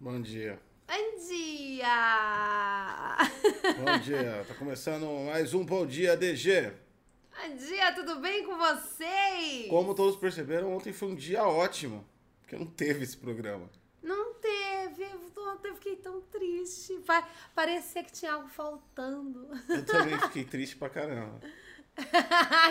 Bom dia. Bom dia! Bom dia. Tá começando mais um Bom Dia DG. Bom dia, tudo bem com vocês? Como todos perceberam, ontem foi um dia ótimo, porque não teve esse programa. Não teve, ontem eu fiquei tão triste. Pa- Parecia que tinha algo faltando. Eu também fiquei triste pra caramba.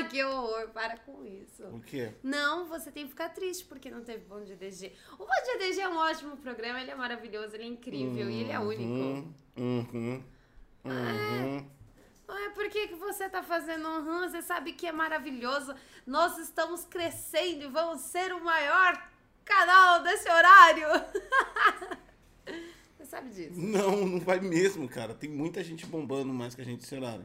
que horror, para com isso. O quê? Não, você tem que ficar triste porque não teve Bom Dia DG. O Bom Dia DG é um ótimo programa, ele é maravilhoso, ele é incrível e ele é único. Uhum, uhum, uhum. Ah, por que, que você tá fazendo um hum? Você sabe que é maravilhoso. Nós estamos crescendo e vamos ser o maior canal desse horário. você sabe disso? Não, não vai mesmo, cara. Tem muita gente bombando mais que a gente, sei lá.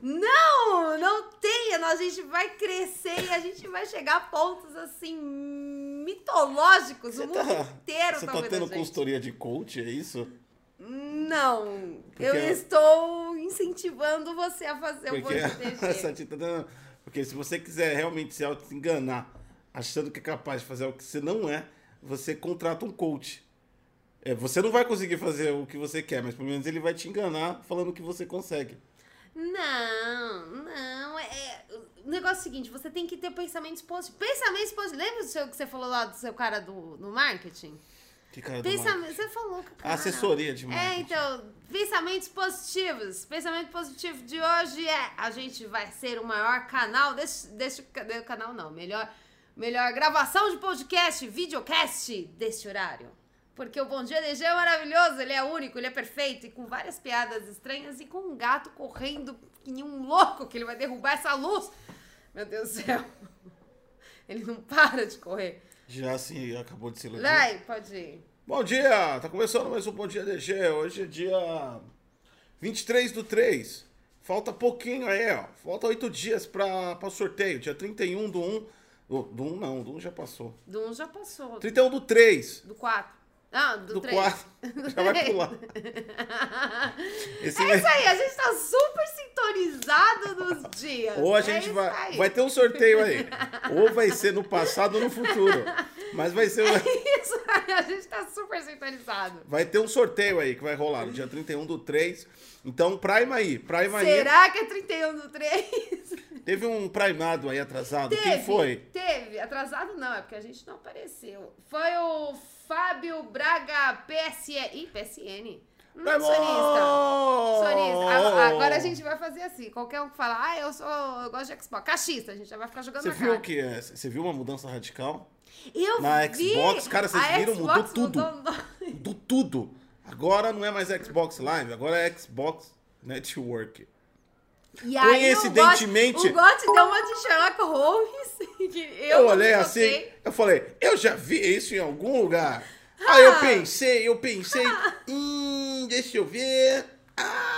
Não, não tenha. Nós, a gente vai crescer e a gente vai chegar a pontos assim mitológicos. o mundo inteiro Você tá tá vendo a tendo gente. consultoria de coach, é isso? Não, eu Porque- é- estou incentivando você a fazer o Porque essa Bolsa tinta tá- Porque se você quiser realmente se auto-enganar, achando que é capaz de fazer o que você não é, você contrata um coach. É, você não vai conseguir fazer o que você quer, mas pelo menos ele vai te enganar falando que você consegue. Não, não. É, o negócio é o seguinte: você tem que ter pensamentos positivos. Pensamentos positivos. Lembra do seu, que você falou lá do seu cara do, do marketing? Que cara É do mar. Pensamento, você falou que o cara. Assessoria de É, marketing. então, pensamentos positivos. Pensamento positivo de hoje é: a gente vai ser o maior canal deste. deste ca- de- canal não, melhor, melhor gravação de podcast, videocast deste horário. Porque o Bom Dia DG é maravilhoso, ele é único, ele é perfeito e com várias piadas estranhas e com um gato correndo que nem um louco que ele vai derrubar essa luz. Meu Deus do céu. Ele não para de correr. Já assim, acabou de se iludir. Lai, pode ir. Bom dia! Tá começando mais um Bom Dia DG. Hoje é dia 23 do 3. Falta pouquinho aí, ó. Falta oito dias para o sorteio. Dia 31 do 1. Do, do 1 não, do 1 já passou. Do um já passou. 31 do 3. Do 4. Ah, do, Do três. 4. Já vai pular. Esse É isso aí, a gente tá super sintonizado nos dias. Ou a É gente isso vai. aí. Vai ter um sorteio aí. Ou vai ser no passado ou no futuro. Mas vai ser. Isso aí, a gente tá super sintonizado. Vai ter um sorteio aí que vai rolar no dia 31 do 3. Então, prime aí. Prime aí. Será que é 31 do 3? Teve um primado aí atrasado. Teve, Quem foi? Teve. Atrasado não, é porque a gente não apareceu. Foi o Fábio Braga PSN. Ih, PSN. Hum, sonista. Sonista. A- Agora a gente vai fazer assim. Qualquer um que fala, ah, eu sou. Eu gosto de Xbox. Cachista, a gente já vai ficar jogando Você na viu o cara. que? é? Você viu uma mudança radical? Eu Na vi. Xbox, cara, vocês a viram? Mudou Xbox tudo. mudou o nome. Do tudo. Agora não é mais Xbox Live, agora é Xbox Network. E aí, Coincidentemente- o Got, o Got deu uma de Sherlock Holmes. que eu Eu, não olhei me assim, toquei. eu falei, eu já vi isso em algum lugar. Aí eu pensei, eu pensei, hum, deixa eu ver.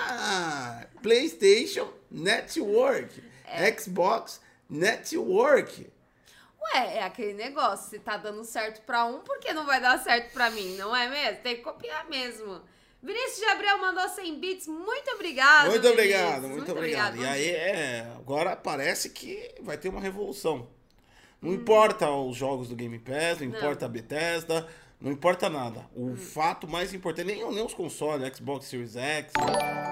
Ah, PlayStation Network, É. Xbox Network. Ué, é aquele negócio. Se tá dando certo pra um, por que não vai dar certo pra mim? Não é mesmo? Tem que copiar mesmo. Vinícius de Abreu mandou 100 bits. Muito obrigado. Muito Vinícius. obrigado, muito, obrigado. E Bom aí, dia. é, agora parece que vai ter uma revolução. Não importa os jogos do Game Pass, não, Não. importa a Bethesda, não importa nada. O fato mais importante, nem, nem os consoles, Xbox Series X,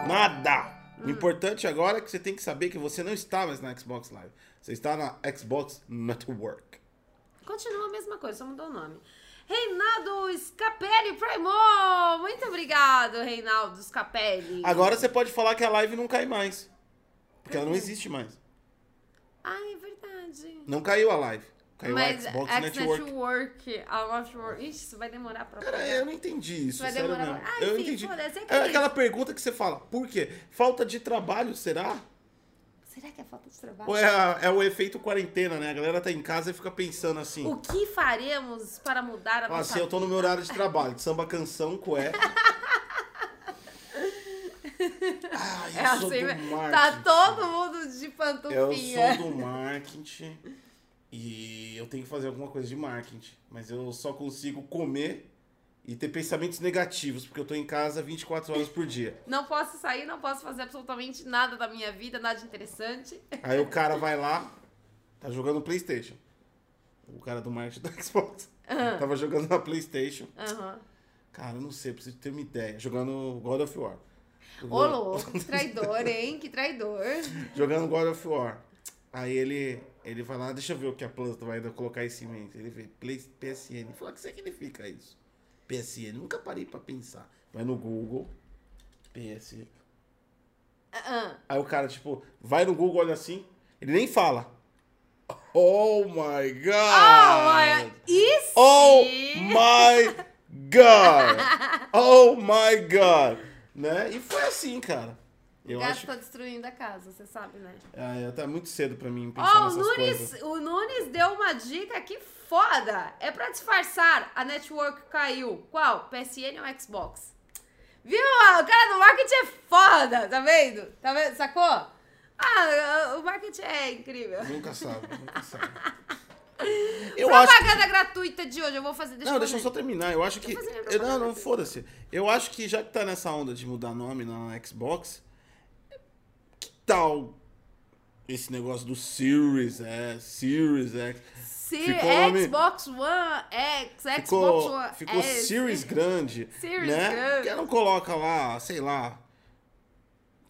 nada. O importante agora é que você tem que saber que você não está mais na Xbox Live. Você está na Xbox Network. Continua a mesma coisa, só mudou o nome. Reinaldo Scapelli Primo! Muito obrigado, Reinaldo Scapelli. Agora você pode falar que a live não cai mais. Porque ela não existe mais. Ai, é verdade. Não caiu a live. Caiu Mas a Xbox Network. Network. Network, a Network. Ixi, isso vai demorar pra Cara, é, eu não entendi isso, Vai sério demorar mesmo. pra- Ah, eu não enfim, entendi. foda-se, é que É tem. aquela pergunta que você fala, por quê? Falta de trabalho, será? Será que é falta de trabalho? Ou é, a- é o efeito quarentena, né? A galera tá em casa e fica pensando assim. O que faremos para mudar a "Ah, nossa assim, eu tô no meu horário de trabalho, de samba canção, cueca. Ah, eu É sou assim, do né? marketing. tá todo mundo é. de Eu pantufinha. sou do marketing e eu tenho que fazer alguma coisa de marketing. Mas eu só consigo comer e ter pensamentos negativos, porque eu tô em casa 24 horas por dia. Não posso sair, não posso fazer absolutamente nada da minha vida, nada de interessante. Aí o cara vai lá, tá jogando Playstation. O cara do marketing da Xbox. Tava jogando na Playstation. Aham. Cara, eu não sei, preciso ter uma ideia. Jogando God of War. Ô, louco, que traidor, hein? Que traidor. Jogando God of War. Aí ele, ele vai lá, deixa eu ver o que a planta vai ainda colocar em cima. Ele vê Play- PSN. Fala, o que significa isso? PSN, nunca parei pra pensar. Vai no Google, PSN. Ah, Aí o cara, tipo, vai no Google, olha assim, ele nem fala. Oh my God! ah. Oh, isso! Oh my God! Oh my God! Né? E foi assim, cara. O Eu gato acho tá destruindo a casa, você sabe, né? Ah, é, tá muito cedo pra mim pensar Ó, o nessas Nunes, coisas. o Nunes deu uma dica que foda. É pra disfarçar. A network caiu. Qual? PSN ou Xbox? Viu? ó, O cara do marketing é foda, tá vendo? Tá vendo? Sacou? Ah, o marketing é incrível. Nunca sabe, nunca sabe. Eu acho que... Propaganda gratuita de hoje, eu vou fazer. Deixa Não, eu deixa eu fazer. só terminar. Eu acho que... fazer minha Eu, não, propaganda. não, foda-se. Eu acho que já que tá nessa onda de mudar nome na Xbox, que tal esse negócio do Series S, Series X? Se Ficou o nome- Xbox One X, Xbox Ficou, One ficou S. Series grande, é, Series né? grande. Que não coloca lá, sei lá,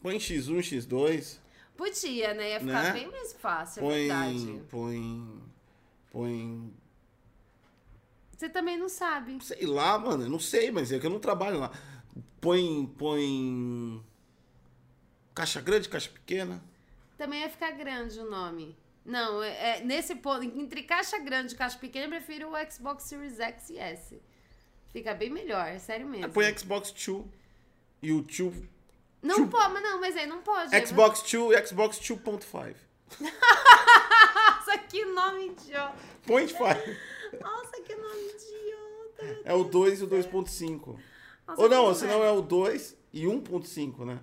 põe X1, X2... Podia, né? Ia ficar Né? bem mais fácil, é põe, verdade. põe, põe, Você também não sabe. sei lá, mano, eu não sei, mas é que eu não trabalho lá. Põe, põe caixa grande, caixa pequena. Também ia ficar grande o nome. Não, é, é- nesse ponto, entre caixa grande e caixa pequena, eu prefiro o Xbox Series X e S. Fica bem melhor, é sério Aí mesmo. põe Xbox 2 e o 2, Não pode, mas não, mas aí não pode. aí você- Xbox 2 e Xbox 2.5. Nossa, que nome idiota. Point 5. Nossa, que nome idiota. É o 2 e o 2.5. Nossa, Ou que não, nome senão é o 2 e 1.5, né?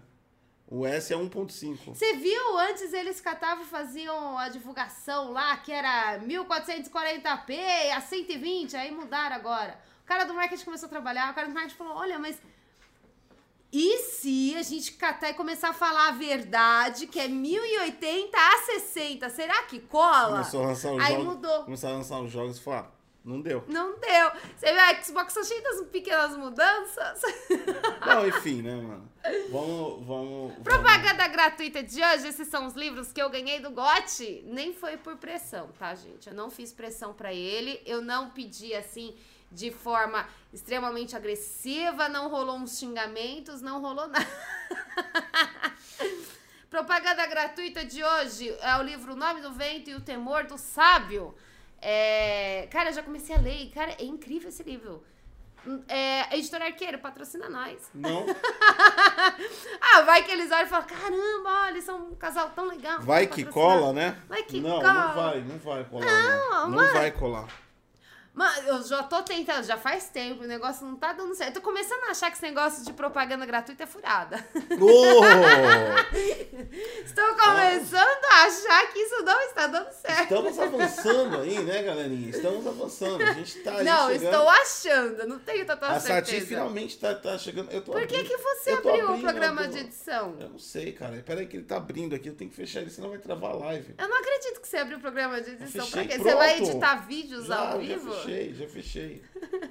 O S é 1.5. Você viu? Antes eles catavam e faziam a divulgação lá, que era 1440p a 120, aí mudaram agora. O cara do marketing começou a trabalhar, o cara do marketing falou, olha, mas... E se a gente catar e começar a falar a verdade, que é 1080 a 60, será que cola? Começou a lançar os Aí jogos. mudou. Começaram a lançar os jogos e falaram, ah, não deu. Não deu. Você viu a Xbox só cheia das pequenas mudanças? Não, enfim, né, mano? Vamos, vamos. vamos- Propaganda gratuita de hoje, esses são os livros que eu ganhei do Gotti. Nem foi por pressão, tá, gente? Eu não fiz pressão pra ele, eu não pedi assim de forma extremamente agressiva, não rolou uns xingamentos, não rolou nada. Propaganda gratuita de hoje é o livro O Nome do Vento e o Temor do Sábio. É, Cara, eu já comecei a ler, e, cara, é incrível esse livro. Hum, É... Editor Arqueiro, patrocina nós. Não. Ah, vai que eles olham e falam: caramba, olha, eles são um casal tão legal. Vai que cola, né? Vai que não, cola. Não, vai, não vai colar. Não, não mãe. vai colar. Mano, eu já tô tentando, já faz tempo, o negócio não tá dando certo. Eu tô começando a achar que esse negócio de propaganda gratuita é furada. Ô! Estou começando a achar que isso não está dando certo. estamos avançando aí, né, galerinha? Estamos avançando. A gente tá aí não, chegando. estou achando, eu não tenho tanta A certeza. Sati finalmente tá, tá chegando. Eu tô Por que, abrindo- que você eu tô abriu o abrindo, programa eu tô- de edição? Eu não sei, cara. Pera aí que ele tá abrindo aqui. Eu tenho que fechar ele, senão vai travar a live. Eu não acredito que você abriu o programa de edição. Pra fechei, quê? Você vai pronto. editar vídeos já, ao já vivo? fechei, já fechei.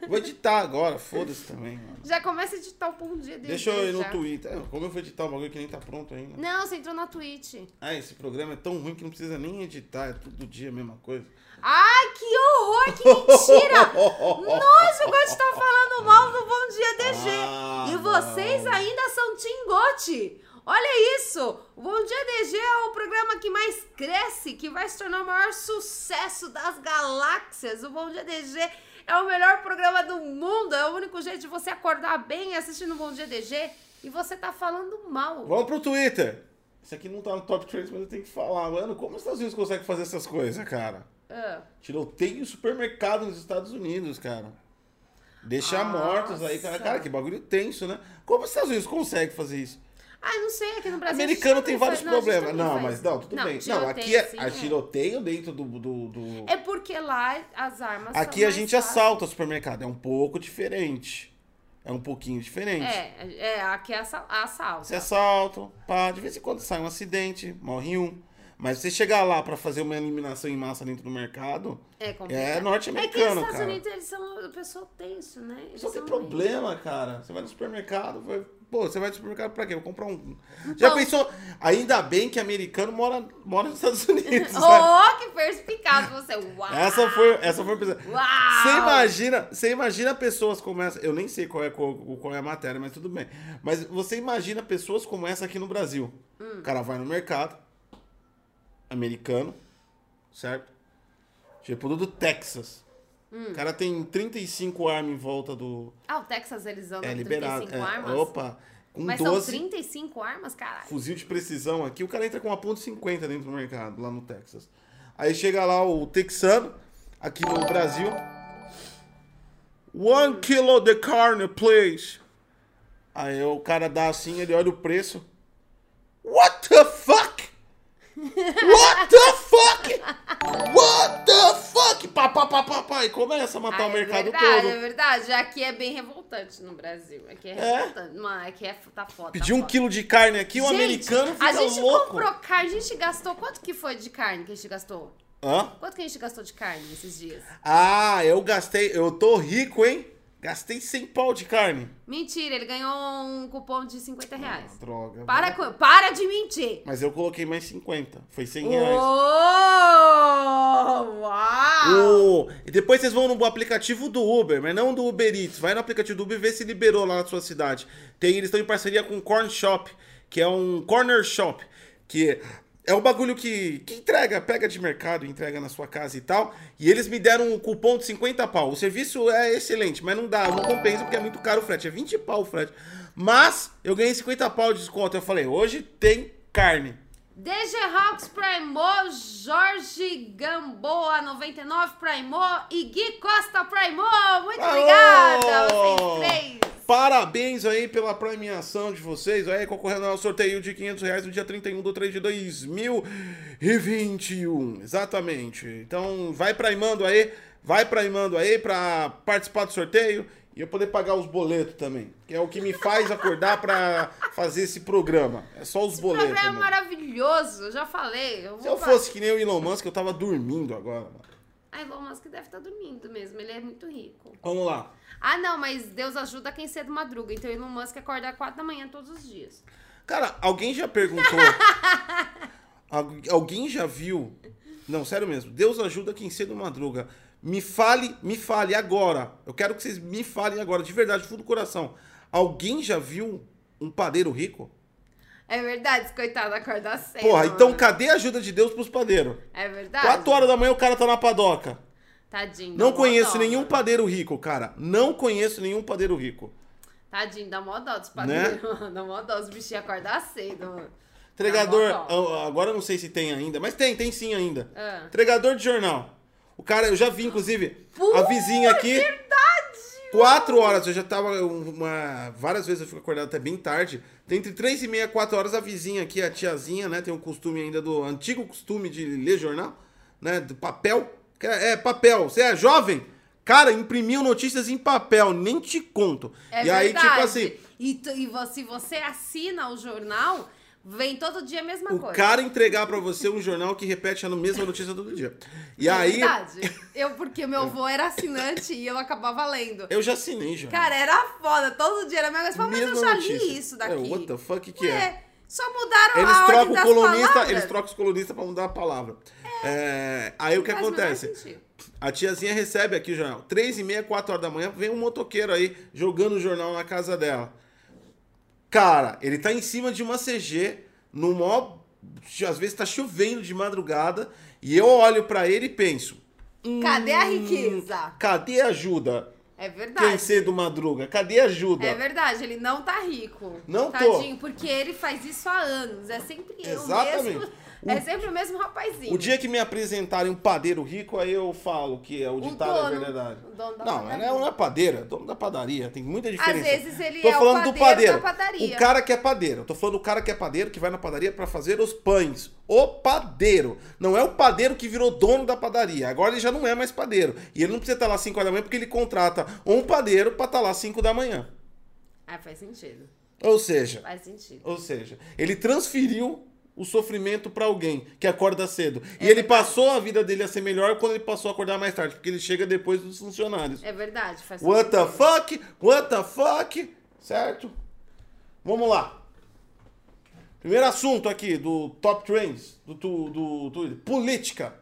Vou editar agora, foda-se também, mano. Já começa a editar o bom dia dele. Deixa eu ir no já. Twitter. É, Como eu vou editar o bagulho que nem tá pronto ainda? Não, você entrou na Twitch. Ah, esse programa é tão ruim que não precisa nem editar, é todo dia a mesma coisa. Ai, que horror, que mentira! Nossa, o Gotti tá falando mal do Bom Dia DG. Ah, e vocês não. ainda são Tim Gotti. Olha isso! O Bom Dia DG é o programa que mais cresce, que vai se tornar o maior sucesso das galáxias. O Bom Dia DG é o melhor programa do mundo. É o único jeito de você acordar bem assistindo o Bom Dia DG. E você tá falando mal. Vamos pro Twitter! Isso aqui não tá no top trends, mas eu tenho que falar, mano. Como os Estados Unidos conseguem fazer essas coisas, cara? Ah. Tiroteio em um supermercado nos Estados Unidos, cara. Deixar Nossa. mortos aí, cara. Cara, que bagulho tenso, né? Como os Estados Unidos conseguem fazer isso? Ah, não sei, aqui no Brasil. a gente Americano tem também vários faz- não, a gente problemas. também Não, faz. mas não, tudo bem. Não, aqui tiroteio, é, sim, a tiroteio dentro do. do, do- É porque lá as armas tipo, Aqui são a mais gente é fáceis. assalta o supermercado. É um pouco diferente. É um pouquinho diferente. É, é, aqui é assa- assalto. Se assaltam, pá, de vez em quando sai um acidente, morre um. Mas você chegar lá pra fazer uma eliminação em massa dentro do mercado, É complicado. é É que os norte-americano, Estados cara. Unidos, eles são o pessoal tenso, né? Eles Só tem são problema, cara. Você vai no supermercado, vai... pô, você vai no supermercado pra quê? Vou comprar um. Já pão. pensou? Ainda bem que americano mora, mora nos Estados Unidos. meio- né? Oh, que perspicaz você. Uau! Essa foi, essa foi a pessoa. Uau! Você imagina, você imagina pessoas como essa. Eu nem sei qual é, qual, qual é a matéria, mas tudo bem. Mas você imagina pessoas como essa aqui no Brasil. Hum. O cara vai no mercado, americano, certo? Tipo, do do Texas. Hum. O cara tem 35 armas em volta do. Ah, o Texas, eles andam É com liberado. 35 é, armas? opa! Com Mas 12 são 35 armas, caralho. fuzil de precisão aqui, o cara entra com uma ponto .50 dentro do mercado, lá no Texas. Aí chega lá o texano, aqui no Brasil. One kilo de carne, please. Aí o cara dá assim, ele olha o preço. What the fuck? What the fuck? What the fuck? Pá, pá, pá, pá, pá. E começa a matar Ah, o mercado é verdade, todo. É verdade, aqui é bem revoltante no Brasil. Aqui é, revoltante. Mano, aqui é, tá foda. Pediu tá um foda. quilo de carne aqui, o Gente, americano fica A gente louco. comprou carne, a gente gastou. Quanto que foi de carne que a gente gastou? Hã? Quanto que a gente gastou de carne esses dias? Ah, eu gastei. Eu tô rico, hein? Gastei 100 pau de carne. Mentira, ele ganhou um cupom de 50 reais. Ah, droga. Para, com- para de mentir! Mas eu coloquei mais 50. Foi 100 reais. Oh, uau! Ô, e depois vocês vão no aplicativo do Uber, mas não do Uber Eats. Vai no aplicativo do Uber e vê se liberou lá na sua cidade. Tem, eles estão em parceria com o Corn Shop, que é um corner shop, que é um bagulho que, que entrega, pega de mercado, entrega na sua casa e tal. E eles me deram um cupom de 50 pau. O serviço é excelente, mas não dá, não compensa porque é muito caro o frete. É 20 pau o frete. Mas eu ganhei 50 pau de desconto. Eu falei, hoje tem carne. DG Hawks primou, Jorge Gamboa 99 primou e Gui Costa primou! Muito Alô! obrigada, vocês três! Parabéns aí pela premiação de vocês. Aí concorrendo ao sorteio de 500 reais no dia 31 de 3 de 2021. Exatamente. Então vai primando aí, vai primando aí pra participar do sorteio e eu poder pagar os boletos também. Que é o que me faz acordar pra fazer esse programa. É só os boletos. programa mano. maravilhoso, eu já falei. Eu vou Se eu fa- fosse que nem o Elon Musk, eu tava dormindo agora. mano. Ah, Elon Musk deve estar dormindo mesmo, ele é muito rico. Vamos lá. Ah, não, mas Deus ajuda quem cedo madruga, então Elon Musk acorda às 4 da manhã todos os dias. Cara, alguém já perguntou? Algu- alguém já viu? Não, sério mesmo. Deus ajuda quem cedo madruga. Me fale, me fale agora. Eu quero que vocês me falem agora, de verdade, do fundo do coração. Alguém já viu um padeiro rico? É verdade, esse coitado acorda cedo. Porra, mano. então cadê a ajuda de Deus pros padeiros? É verdade. 4 horas da manhã o cara tá na padoca. Tadinho. dá Não mó conheço dó, nenhum mano. padeiro rico, cara. Não conheço nenhum padeiro rico. Tadinho, dá mó dó dos Né? padrinhos. Dá mó dó, os bichinhos acordam cedo, mano. Entregador, Tá bom, a- agora eu não sei se tem ainda, mas tem, tem sim ainda. Ah. Entregador de jornal. O cara, eu já vi, inclusive, a Puta, vizinha aqui. Tadinho! Quatro horas, eu já tava um, uma. Várias vezes eu fico acordado até bem tarde. Entre três e meia, quatro horas, a vizinha aqui, a tiazinha, né? Tem um costume ainda do. Antigo costume de ler jornal, né? Do papel. Que É, é, papel. Você é jovem? Cara, imprimiu notícias em papel, nem te conto. É e aí, verdade. tipo assim, E, tu- e vo- se você assina o jornal, vem todo dia a mesma o coisa. cara entregar pra você um jornal que repete a mesma notícia todo dia. E É aí, verdade. Eu, porque meu avô era assinante e eu acabava lendo. eu já assinei, já. Cara, era foda. Todo dia era a mesma coisa. Fala, Mas eu Mesma já notícia. li isso daqui. É, what the fuck que é? É, Só mudaram Eles a ordem trocam o das colunista, palavras. eles trocam os colunistas pra mudar a palavra. É, aí o que Faz menor acontece? sentido. A tiazinha recebe aqui o jornal. Três e meia, quatro horas da manhã, vem um motoqueiro aí jogando o jornal na casa dela. Cara, ele tá em cima de uma CG, no maior. Às vezes tá chovendo de madrugada, e eu olho pra ele e penso: Cadê a riqueza? Hum, cadê a ajuda? É Quem verdade. cedo madruga, cadê a ajuda? É verdade, ele não tá rico. Não tô. Tadinho, porque ele faz isso há anos. É sempre Exatamente. o mesmo. É sempre o mesmo rapazinho. O dia que me apresentarem um padeiro rico, aí eu falo que é o ditado é dono, verdade. o dono da não, padaria. não é padeira, é dono da padaria, tem muita diferença. vezes ele Tô é o falando do padeiro padeiro. da padaria. O cara que é padeiro. Tô falando do cara que é padeiro, que vai na padaria pra fazer os pães. O padeiro. Não é o padeiro que virou dono da padaria. Agora ele já não é mais padeiro. E ele não precisa estar lá 5 horas da manhã porque ele contrata um padeiro pra estar lá 5 da manhã. Ah, faz sentido. Ou seja, Faz sentido. ou seja, ele transferiu o sofrimento pra alguém que acorda cedo. É e ele passou a vida dele a ser melhor quando ele passou a acordar mais tarde, porque ele chega depois dos funcionários. É verdade, faz What the sentido. fuck? What the fuck? Certo? Vamos lá. Primeiro assunto aqui do Top Trends, do, tu- do, Twitter. política.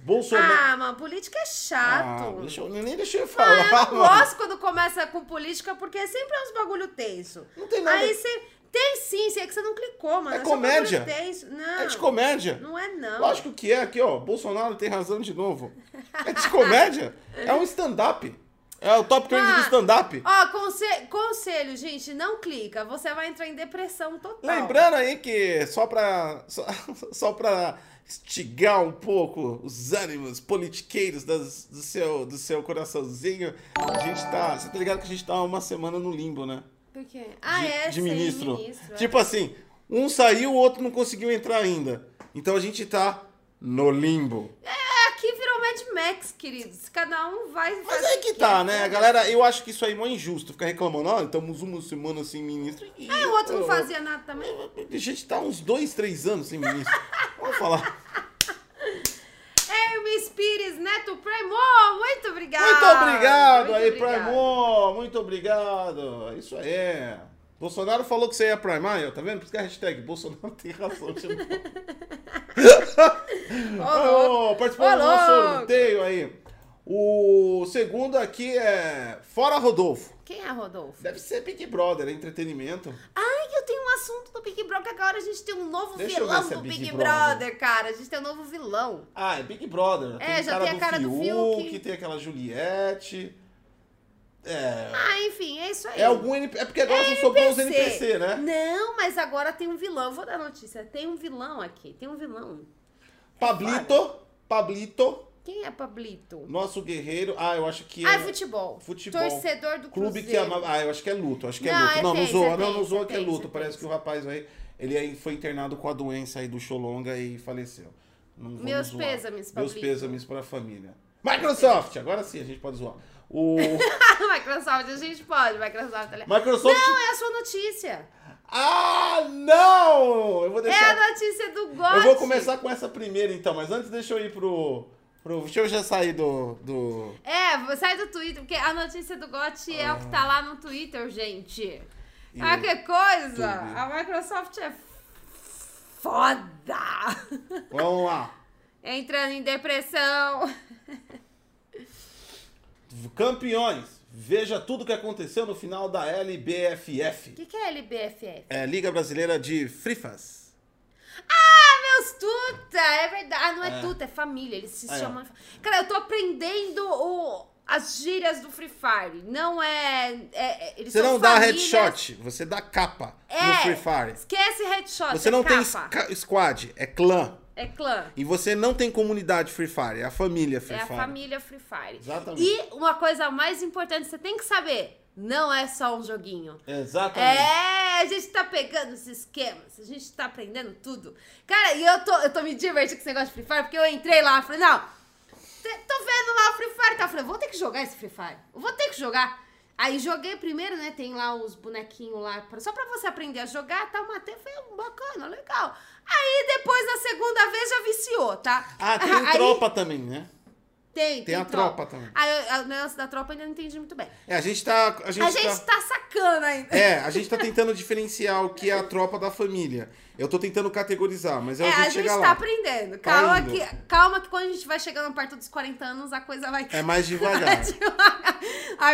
Bolsonaro. Ah, mano, política é chato. Ah, deixa eu, nem deixei eu Ah, falar. eu não mano. gosto quando começa com política, porque sempre é uns bagulho tenso. Não tem nada- Aí você. Tem sim, se é que você não clicou, mano. É só bagulho comédia. Tenso. Não. É de comédia. Não é, não. Lógico que é aqui, ó. Bolsonaro tem razão de novo. É de comédia? é um stand-up. É o top trend do Ah, stand-up. Ó, conse- conselho, gente, não clica. Você vai entrar em depressão total. Lembrando aí que só pra, só, só pra instigar um pouco os ânimos politiqueiros das- do, seu, do seu coraçãozinho, a gente tá. Você tá ligado que a gente tá uma semana no limbo, né? Por quê? Ah, de, é, de sim, ministro. ministro, é. Tipo assim, um saiu, o outro não conseguiu entrar ainda. Então a gente tá no limbo. é. Aqui virou Mad Max, queridos. Cada um vai... Mas aí que tá, né? A galera, eu acho que isso aí é mó injusto. Ficar reclamando, ó, estamos uma semana sem ministro. E, Ah, o outro não fazia nada também? A gente tá uns dois, três anos sem ministro. Vamos falar. Hermes Pires, Neto Primo, muito obrigado. Muito obrigado Muito aí, obrigado. Primor. Muito obrigado. É Isso aí. Bolsonaro falou que você ia primar, aí, ó, tá vendo? Por isso que a hashtag Bolsonaro tem razão de novo. louco. Ô, Participou do Ô, nosso louco. sorteio aí. O segundo aqui é Fora Rodolfo. Quem é Rodolfo? Deve ser Big Brother, é entretenimento. Ai, eu tenho um assunto do Big Brother, que agora a gente tem um novo Deixa eu ver vilão se é do Big Big, Brother. Brother. cara. A gente tem um novo vilão. Ah, é Big Brother. É, já tem a cara do Fiuk. Tem aquela Juliette. É, Ah, enfim, é isso aí. é algum NPC. É porque agora só sobrou os NPC, É né? Não, mas agora tem um vilão. Eu vou dar notícia. Tem um vilão aqui, tem um vilão. Pablito, Pablito, Quem é Pablito? nosso guerreiro. Ah, eu acho que ah, é é futebol. futebol. Torcedor do clube que Cruzeiro. amava. Ah, eu acho que é luto, acho que é Não, luto. é não, não tenso, zoa, é não, não tenso, zoa é que é tenso, luto. é Parece tenso. que o rapaz aí, ele aí foi internado com a doença aí do Xolonga e faleceu. Não vamos Meus zoar. pêsames, Meus Pablito. pêsames para a família. Microsoft, agora sim a gente pode zoar. O Microsoft, a gente pode. Microsoft. aliás. Microsoft Não, é a sua notícia. Ah, não! Eu vou É a deixar notícia do Gotti. Eu vou começar com essa primeira então, mas antes deixa eu ir pro pro deixa eu já sair do do É, sai do Twitter, porque a notícia do Gotti é o que tá lá no Twitter, gente. E Ah, que coisa! tudo. A Microsoft é foda! Vamos lá. Entrando em depressão. Campeões, veja tudo o que aconteceu no final da LBFF. O que, que é LBFF? É Liga Brasileira de Frifas. Meus tuta! É verdade. Ah, não é, É. Ah, tuta, é família. Eles se Aí, ó. chamam. Cara, eu tô aprendendo o- as gírias do Free Fire. Não é. é- é- eles Você são não dá famílias. headshot, você dá capa É, no Free Fire. Esquece headshot. Você é não tem capa. sca- squad, é clã. É clã. E você não tem comunidade Free Fire, é a família Free é a Fire. família Free Fire. Exatamente. E uma coisa mais importante, você tem que saber, não é só um joguinho. Exatamente. É, a gente tá pegando os esquemas, a gente tá aprendendo tudo. Cara, e eu tô, eu tô me divertindo com esse negócio de Free Fire, porque eu entrei lá, falei, não, te- tô vendo lá o Free Fire, tá? Eu falei, eu vou ter que jogar esse Free Fire, eu vou ter que jogar. Aí joguei primeiro, né, tem lá os bonequinhos lá, pra- só pra você aprender a jogar, tá, matei, foi bacana, legal. Aí depois, na segunda vez, já viciou, tá? Ah, tem Aí- tropa também, né? tem, tem, a tropa também. Ah, eu- eu- o negócio da tropa eu ainda não entendi muito bem. É, a gente tá. A gente, A gente tá sacando ainda. É, a gente tá tentando diferenciar o que é a tropa da família. Eu tô tentando categorizar, mas aí É, a gente a gente chega tá lá. aprendendo. Tá Calma indo. que, calma que quando a gente vai chegando perto dos 40 anos, a coisa vai... É mais devagar. vai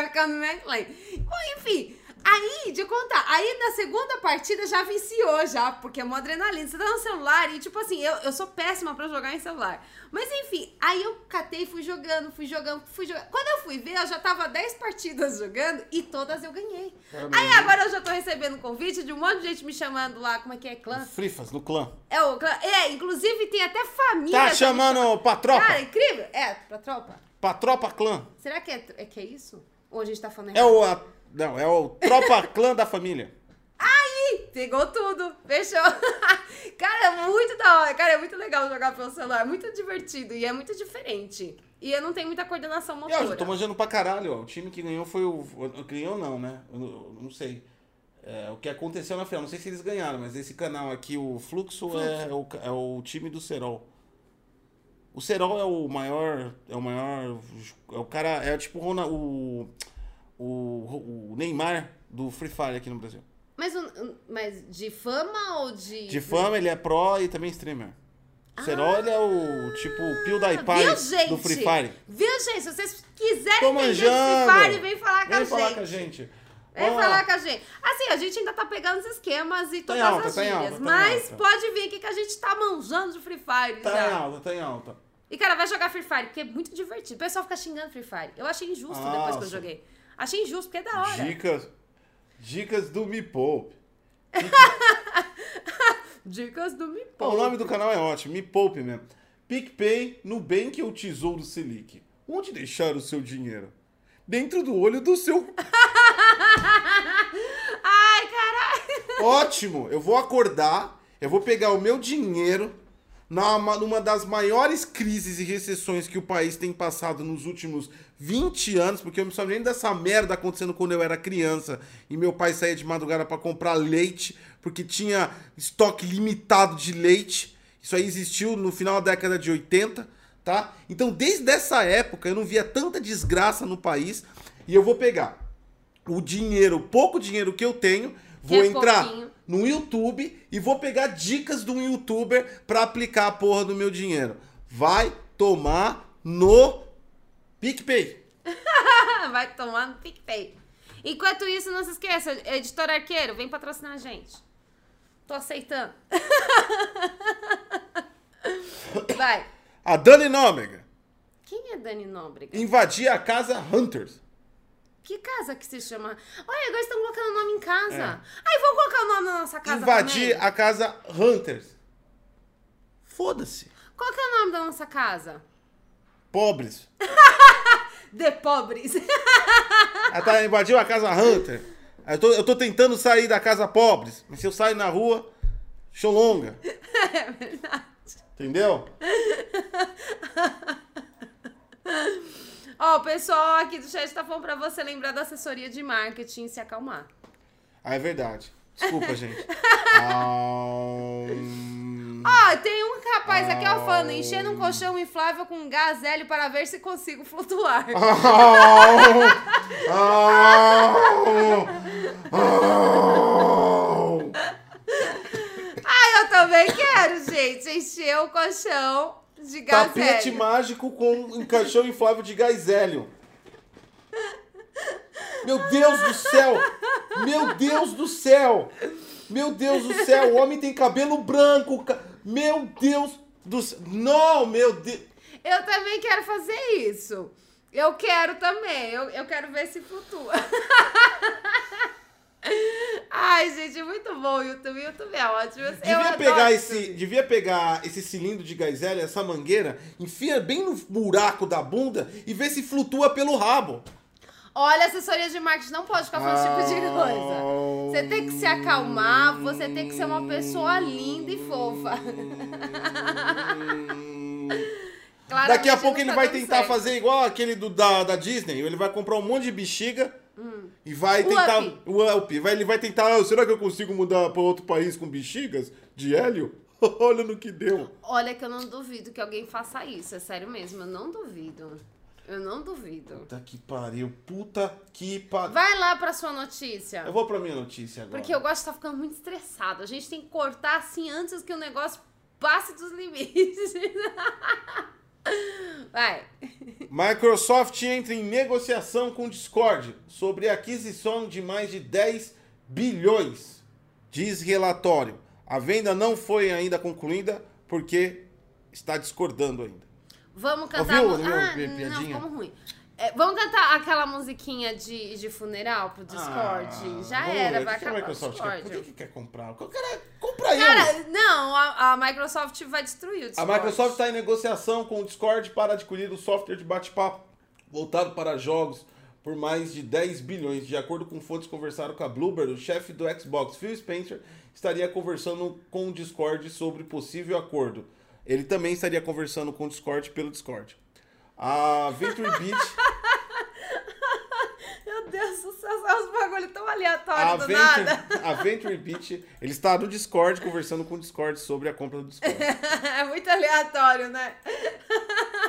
ficando mais lento. Bom, enfim. Aí, de contar, aí na segunda partida já viciou já, porque é uma adrenalina. Você tá no celular e, tipo assim, eu, eu sou péssima pra jogar em celular. Mas enfim, aí eu catei, fui jogando, fui jogando, fui jogando. Quando eu fui ver, eu já tava 10 partidas jogando e todas eu ganhei. Caramba. Aí agora eu já tô recebendo convite de um monte de gente me chamando lá, como é que é, clã? Frifas, no clã. É, o clã- é, inclusive tem até família. Tá já me chamando pra chama- tropa? Cara, incrível. É, pra tropa. Pra tropa clã. Será que é, tr- é que é isso? Ou a gente tá falando É o. a- não, é o tropa clã da família. Ih, pegou tudo. Fechou. cara, é muito da hora. Cara, é muito legal jogar pelo celular. É muito divertido e é muito diferente. E eu não tenho muita coordenação E, ó, eu motora. tô manjando pra caralho, ó. O time que ganhou foi o. o- Ganhou não, né? Eu, não- eu não sei. É, o que aconteceu na final, não sei se eles ganharam, mas esse canal aqui, o Fluxo, É, é o, ca- é o time do Serol. O Serol é o maior, é o maior, é o cara, é tipo o, Rona- o, o, o Neymar do Free Fire aqui no Brasil. Mas, um- um- mas de fama ou de. De fama, ele é pro e também streamer. O Serol, ele é o, tipo, o Ah, Viu, PewDiePie gente? do Free Fire. Viu, gente? Se vocês quiserem Tô entender de manjando. Free Fire, vem falar com a Vem falar gente. com a gente. Vem Ó, falar com a gente. Assim, a gente ainda tá pegando os esquemas e todas alta, as tá em gírias. alta, tá em mas alta. pode vir aqui que a gente tá manjando de Free Fire Tá já. em alta, tá em alta. E, cara, vai jogar Free Fire, porque é muito divertido. O pessoal fica xingando Free Fire. Eu achei injusto depois que eu Nossa. joguei. Achei injusto, porque é da hora. Dicas, dicas do Me Poupe. Dicas do Me Pô, o Poupe. nome do canal é ótimo, me poupe mesmo. PicPay, Nubank ou Tesouro Selic? Onde deixar o seu dinheiro? Dentro do olho do seu. Ai, caralho. Ótimo! Eu vou acordar, eu vou pegar o meu dinheiro na- numa das maiores crises e recessões que o país tem passado nos últimos 20 anos, porque eu me lembro nem dessa merda acontecendo quando eu era criança e meu pai saía de madrugada pra comprar leite, porque tinha estoque limitado de leite. Isso aí existiu no final da década de 80, tá? Então, desde essa época, eu não via tanta desgraça no país. E eu vou pegar o dinheiro, o pouco dinheiro que eu tenho, vou é entrar pouquinho. no YouTube e vou pegar dicas de um youtuber pra aplicar a porra do meu dinheiro. Vai tomar no PicPay. Vai tomar no PicPay. Enquanto isso, não se esqueça, editor arqueiro, vem patrocinar a gente. Tô aceitando. Vai. A Dani Nómega Quem é Dani Nóbrega? invadir a casa Hunters. Que casa que se chama? Olha, agora estão colocando o nome em casa. Aí vou colocar o nome na nossa casa É. invadir também. a casa Hunters. Foda-se. Qual que é o nome da nossa casa? Pobres. De Pobres. Ela tá, invadiu a casa Hunter. Eu tô, eu tô tentando sair da casa pobres. Mas se eu sair na rua, xolonga. É verdade. Entendeu? Ó, o pessoal aqui do chat tá falando pra você lembrar da assessoria de marketing e se acalmar. Ah, é verdade. Desculpa, gente. Aum. Ó, tem um rapaz aqui, Ah. ó, falando, enchendo um colchão inflável com gás hélio para ver se consigo flutuar. Aum. Aum. Aum. Ah, eu também quero, gente, encher o colchão de gás Tapete hélio. mágico com um caixão inflável de gás hélio. Meu Deus do céu! Meu Deus do céu! Meu Deus do céu! O homem tem cabelo branco! ca- Meu Deus do céu! Não, meu Deus! Eu também quero fazer isso. Eu quero também. Eu, eu quero ver se flutua. Ai, gente, é muito bom o YouTube. O YouTube é ótimo. Eu, eu Devia adoro pegar, o esse, YouTube. devia pegar esse cilindro de gás hélio, essa mangueira, enfia bem no buraco da bunda e ver se flutua pelo rabo. Olha, assessoria de marketing não pode ficar falando esse tipo de coisa. Você tem que se acalmar, você tem que ser uma pessoa linda e fofa. Claramente Daqui a não pouco ele tá vai dando tentar certo. fazer igual aquele do, da, da Disney. Ele vai comprar um monte de bexiga e vai Hum. O tentar. Up. O up. Vai, ele vai tentar. "Ah, será que eu consigo mudar pra outro país com bexigas de hélio? Olha no que deu. Olha que eu não duvido que alguém faça isso, é sério mesmo, eu não duvido. Eu não duvido. Puta que pariu. Puta que pariu. Vai lá pra sua notícia. Eu vou pra minha notícia agora. Porque eu gosto de estar ficando muito estressado. A gente tem que cortar assim antes que o negócio passe dos limites. Vai. Microsoft entra em negociação com Discord sobre aquisição de mais de 10 bilhões, diz relatório. A venda não foi ainda concluída porque está discordando ainda. Vamos cantar. a Ouviu mu- a minha ah, pi- não, piadinha? ficamos ruim. É, vamos cantar aquela musiquinha de, de funeral pro Discord? Ah, Já vamos era, ver. O vai que a acabar o Microsoft quer? Discord. Por que, que quer comprar? O cara compra ele. Cara, não, a, a Microsoft vai destruir o A Discord. Microsoft está em negociação com o Discord para adquirir o software de bate-papo voltado para jogos por mais de 10 bilhões. De acordo com fontes conversaram com a Bloomberg, o chefe do Xbox, Phil Spencer, estaria conversando com o Discord sobre possível acordo. Ele também estaria conversando com o Discord pelo Discord. A Venture Beat Meu Deus sucesso. É uns bagulho tão aleatório A do nada. Venture, a Venture Beach, ele está no Discord conversando com o Discord sobre a compra do Discord. é muito aleatório, né?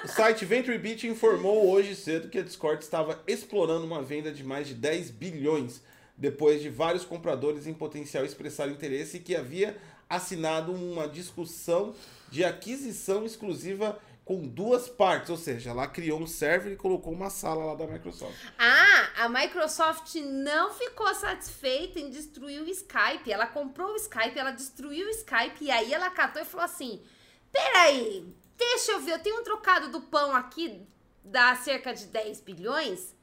O site Venture Beat informou hoje cedo que a Discord estava explorando uma venda de mais de 10 bilhões, depois de vários compradores em potencial expressar interesse e que havia assinado uma discussão de aquisição exclusiva com duas partes, ou seja, ela criou um server e colocou uma sala lá da Microsoft. Ah, a Microsoft não ficou satisfeita em destruir o Skype. Ela comprou o Skype, ela destruiu o Skype e aí ela catou e falou assim: peraí, deixa eu ver, eu tenho um trocado do pão aqui, dá cerca de 10 bilhões.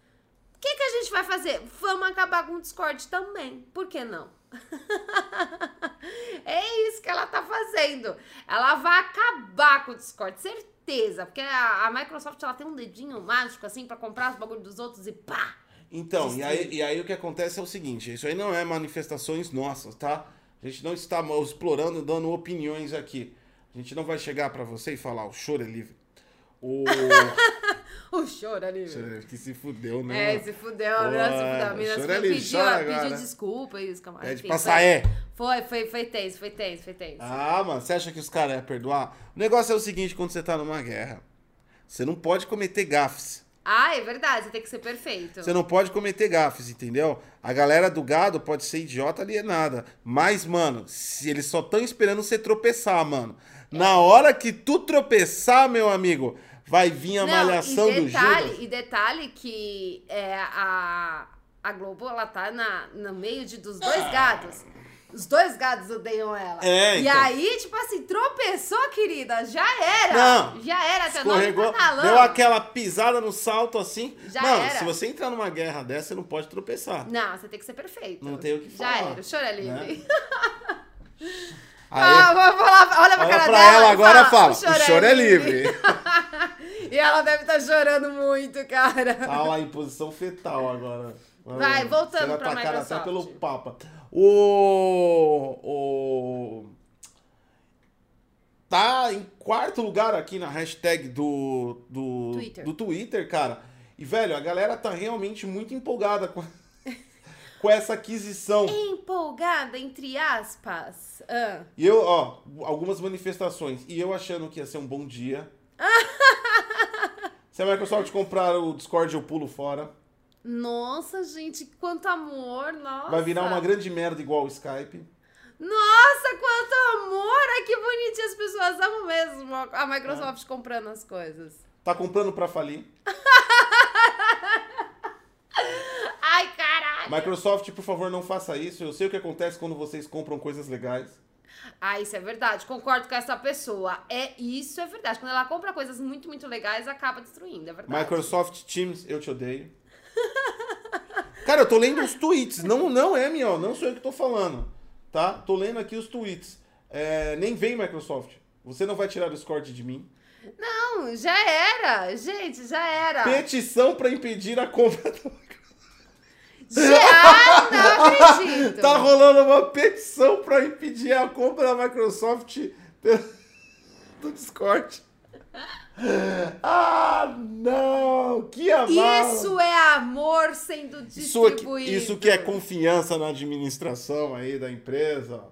O que, que a gente vai fazer? Vamos acabar com o Discord também. Por que não? é isso que ela tá fazendo. Ela vai acabar com o Discord, certeza. Porque a, a Microsoft ela tem um dedinho mágico assim pra comprar os bagulhos dos outros e pá! Então, e aí, e aí o que acontece é o seguinte, isso aí não é manifestações nossas, tá? A gente não está mal- explorando, dando opiniões aqui. A gente não vai chegar pra você e falar, o choro é livre. O... O choro ali. Isso é Que se fudeu, né? É, se fudeu, né? Se fudeu. A Ué, menina chora se ali, pediu, chora pediu é agora. desculpa e os camaradas. É de enfim, passar é. Foi, foi, foi tenso, foi tenso, foi tenso. Ah, mano, você acha que os caras iam perdoar? O negócio é o seguinte, quando você tá numa guerra, você não pode cometer gafes. Ah, é verdade, você tem que ser perfeito. Você não pode cometer gafes, entendeu? A galera do gado pode ser idiota alienada. Mas, mano, se eles só estão esperando você tropeçar, mano. Na hora que tu tropeçar, meu amigo, vai vir a malhação e do detalhe, Judas. E detalhe que é, a, a Globo, ela tá na, no meio de, dos dois gados. Os dois gados odeiam ela. Ah. É, e então. aí, tipo assim, tropeçou, querida, já era. Não. Já era, teu nome Escorregou, tá na lama. deu aquela pisada no salto assim. Já mano, era. se você entrar numa guerra dessa, você não pode tropeçar. Não, você tem que ser perfeito. Não tem o que Já falar, era, chora livre. né? Ah, Aí, vou falar, olha pra olha pra cara dela. ela e agora e fala, "O o choro é livre. e ela deve estar chorando muito, cara. Tá lá em posição fetal agora. Vai, voltando Sendo pra atacada até Microsoft. pelo Papa. O... O... Tá em quarto lugar aqui na hashtag do... Do Twitter. do Twitter, cara. E, velho, a galera tá realmente muito empolgada com, com essa aquisição. Empolgada, entre aspas. Ah. E eu, ó, algumas manifestações. E eu achando que ia ser um bom dia. Se a Microsoft comprar o Discord, eu pulo fora. Nossa, gente, quanto amor, nossa. Vai virar uma grande merda igual o Skype. Nossa, quanto amor! Ai, que bonitinho, as pessoas amam mesmo a É. Microsoft comprando as coisas. Tá comprando pra falir. Ai, caralho! Microsoft, por favor, não faça isso. Eu sei o que acontece quando vocês compram coisas legais. Ah, isso é verdade, concordo com essa pessoa. É, isso é verdade. Quando ela compra coisas muito, muito legais, acaba destruindo, é verdade. Microsoft Teams, eu te odeio. Cara, eu tô lendo os tweets. Não, não é, Miel. Não sou eu que tô falando. Tá? Tô lendo aqui os tweets. É, nem vem, Microsoft. Você não vai tirar o Discord de mim. Não, já era, gente, já era. Petição pra impedir a compra. Já não acredito. Tá rolando uma petição pra impedir a compra da Microsoft pelo- do Discord. Ah, não! Que amado! Isso é amor sendo Isso aqui- distribuído. isso que é confiança na administração aí da empresa.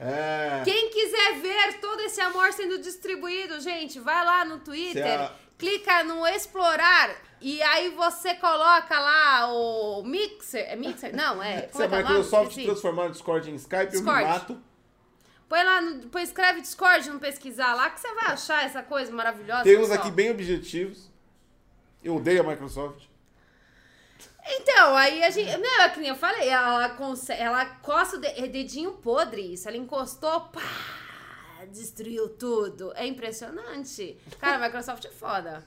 É. Quem quiser ver todo esse amor sendo distribuído, gente, vai lá no Twitter, Se a- clica no explorar e aí você coloca lá o mixer, é mixer? Não, é. Se Como a é que é o nome? Microsoft Esqueci. transformar o Discord em Skype, eu Discord. me mato. Põe lá, no, põe escreve Discord no pesquisar lá que você vai achar essa coisa maravilhosa. Tem uns pessoal. aqui bem objetivos. Eu odeio a Microsoft. Então, aí a gente. Não, é que nem eu falei, ela, conse- ela coça o de- é dedinho podre, isso. Ela encostou, pá, destruiu tudo. É impressionante. Cara, a Microsoft é foda.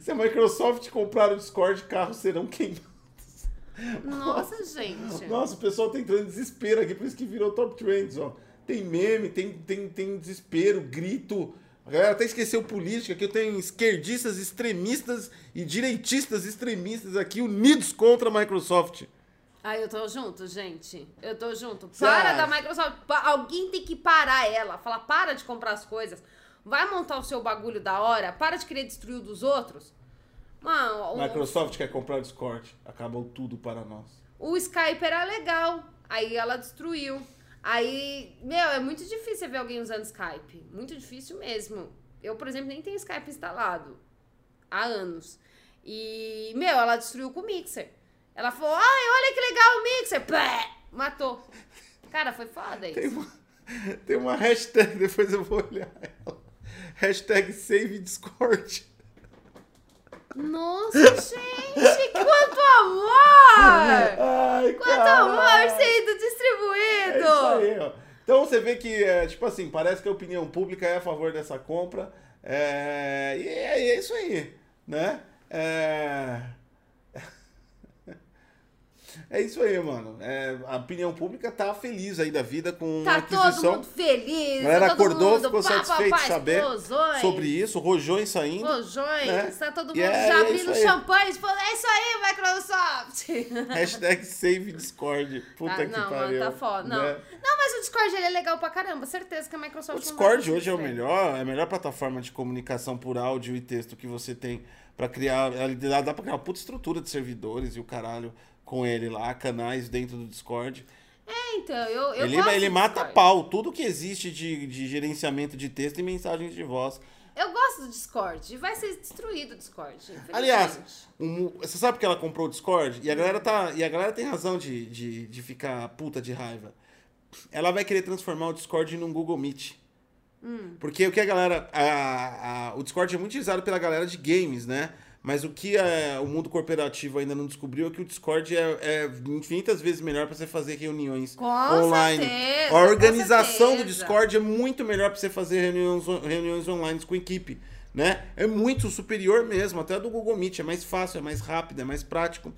Se a Microsoft comprar o Discord, carros serão queimados. Nossa, gente. Nossa, o pessoal tá entrando em desespero aqui, por isso que virou top trends, ó. Tem meme, tem, tem, tem desespero, grito. A galera até esqueceu política, que eu tenho esquerdistas extremistas e direitistas extremistas aqui unidos contra a Microsoft. Ai, eu tô junto, gente. Eu tô junto. Cê Para acha? da Microsoft. Pa- Alguém tem que parar ela. Falar, para de comprar as coisas. Vai montar o seu bagulho da hora. Para de querer destruir o dos outros. Mano, o- Microsoft quer comprar o Discord. Acabou tudo para nós. o Skype era legal. Aí ela destruiu. Aí, meu, é muito difícil você ver alguém usando Skype. Muito difícil mesmo. Eu, por exemplo, nem tenho Skype instalado há anos. E, meu, ela destruiu com o Mixer. Ela falou, ai, olha que legal o Mixer. Plé! Matou. Cara, foi foda Tem isso. uma, tem uma hashtag, depois eu vou olhar ela. Hashtag save Discord. Nossa, gente, quanto amor! Ai, Quanto amor sendo É isso distribuído! aí, ó. Então você vê que, é, tipo assim, parece que a opinião pública é a favor dessa compra. É, e é, e é isso aí, né? É... é isso aí, mano. É, a opinião pública tá feliz aí da vida com a Tá todo aquisição. mundo feliz, a galera tá todo acordou, mundo ficou pá, pá, satisfeito pá, de saber explosões. sobre isso, rojões saindo. Explosões, né? tá todo mundo E é- já é abrindo isso aí. champanhe, falando, é isso aí, Microsoft! Hashtag save Discord. Puta Tá, que não, mano, pariu. tá foda. Não. né? não, mas o Discord ele é legal pra caramba, certeza que a Microsoft O não Discord vai fazer hoje é o diferente. melhor, é a melhor plataforma de comunicação por áudio e texto que você tem pra criar, ela dá dá pra criar uma puta estrutura de servidores e o caralho com ele lá, canais dentro do Discord. É, então, eu, eu ele gosto ele do mata Discord. pau tudo que existe de, de gerenciamento de texto e mensagens de voz. Eu gosto do Discord, e vai ser destruído o Discord. infelizmente. Aliás, um- você sabe que ela comprou o Discord? E a galera, tá, e a galera tem razão de, de, de ficar puta de raiva. Ela vai querer transformar o Discord num Google Meet. Hum. Porque o que a galera. a- a- o Discord é muito utilizado pela galera de games, né? Mas o que é, o mundo corporativo ainda não descobriu é que o Discord é, é infinitas vezes melhor pra você fazer reuniões Com online. certeza, a organização do com certeza. Discord é muito melhor pra você fazer reuniões, on- reuniões online com equipe, né? É muito superior mesmo, até do Google Meet. É mais fácil, é mais rápido, é mais prático.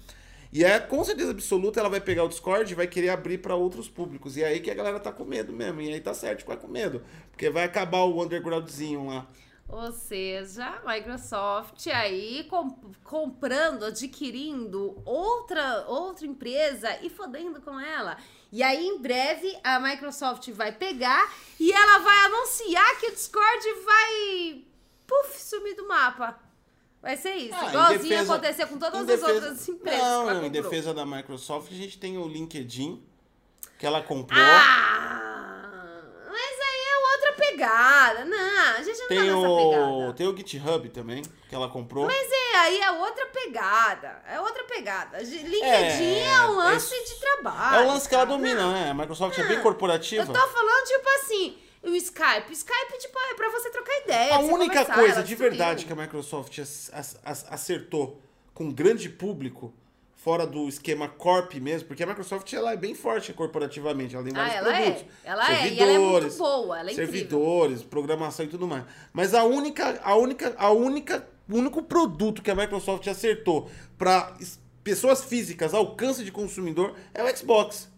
E é com certeza absoluta, ela vai pegar o Discord e vai querer abrir pra outros públicos. E aí que a galera tá com medo mesmo. E aí tá certo, vai com medo. Porque vai acabar o undergroundzinho lá. Ou seja, a Microsoft aí com- comprando, adquirindo outra, outra empresa e fodendo com ela. E aí, em breve, a Microsoft vai pegar e ela vai anunciar que o Discord vai puff, sumir do mapa. Vai ser isso. Ah, em Igualzinho defesa- aconteceu com todas em as defesa- outras empresas. que Não, ela não, em comprou. defesa da Microsoft, a gente tem o LinkedIn, que ela comprou. Ah! Mas aí é outra pegada. Não, a gente não tem, tá nessa o, pegada. tem o GitHub também, que ela comprou. Mas é, aí é outra pegada. É outra pegada. Ge- LinkedIn É, é, um lance é- de trabalho. é o lance que ela cara. domina, né? A Microsoft é bem Não, corporativa. tá. Eu tô falando, tipo assim, o Skype. O Skype, tipo, é pra você trocar ideia. A pra você única conversar, coisa ela de destruiu. verdade que a Microsoft ac- ac- ac- acertou com um grande público, fora do esquema corp mesmo, porque a Microsoft ela é bem forte corporativamente, ela tem Ah, vários ela produtos. é. Ela é. E ela é muito boa. Ela é incrível. servidores, programação e tudo mais. Mas a única, a única, a única, o único produto que a Microsoft acertou para pessoas físicas, alcance de consumidor, é o Xbox.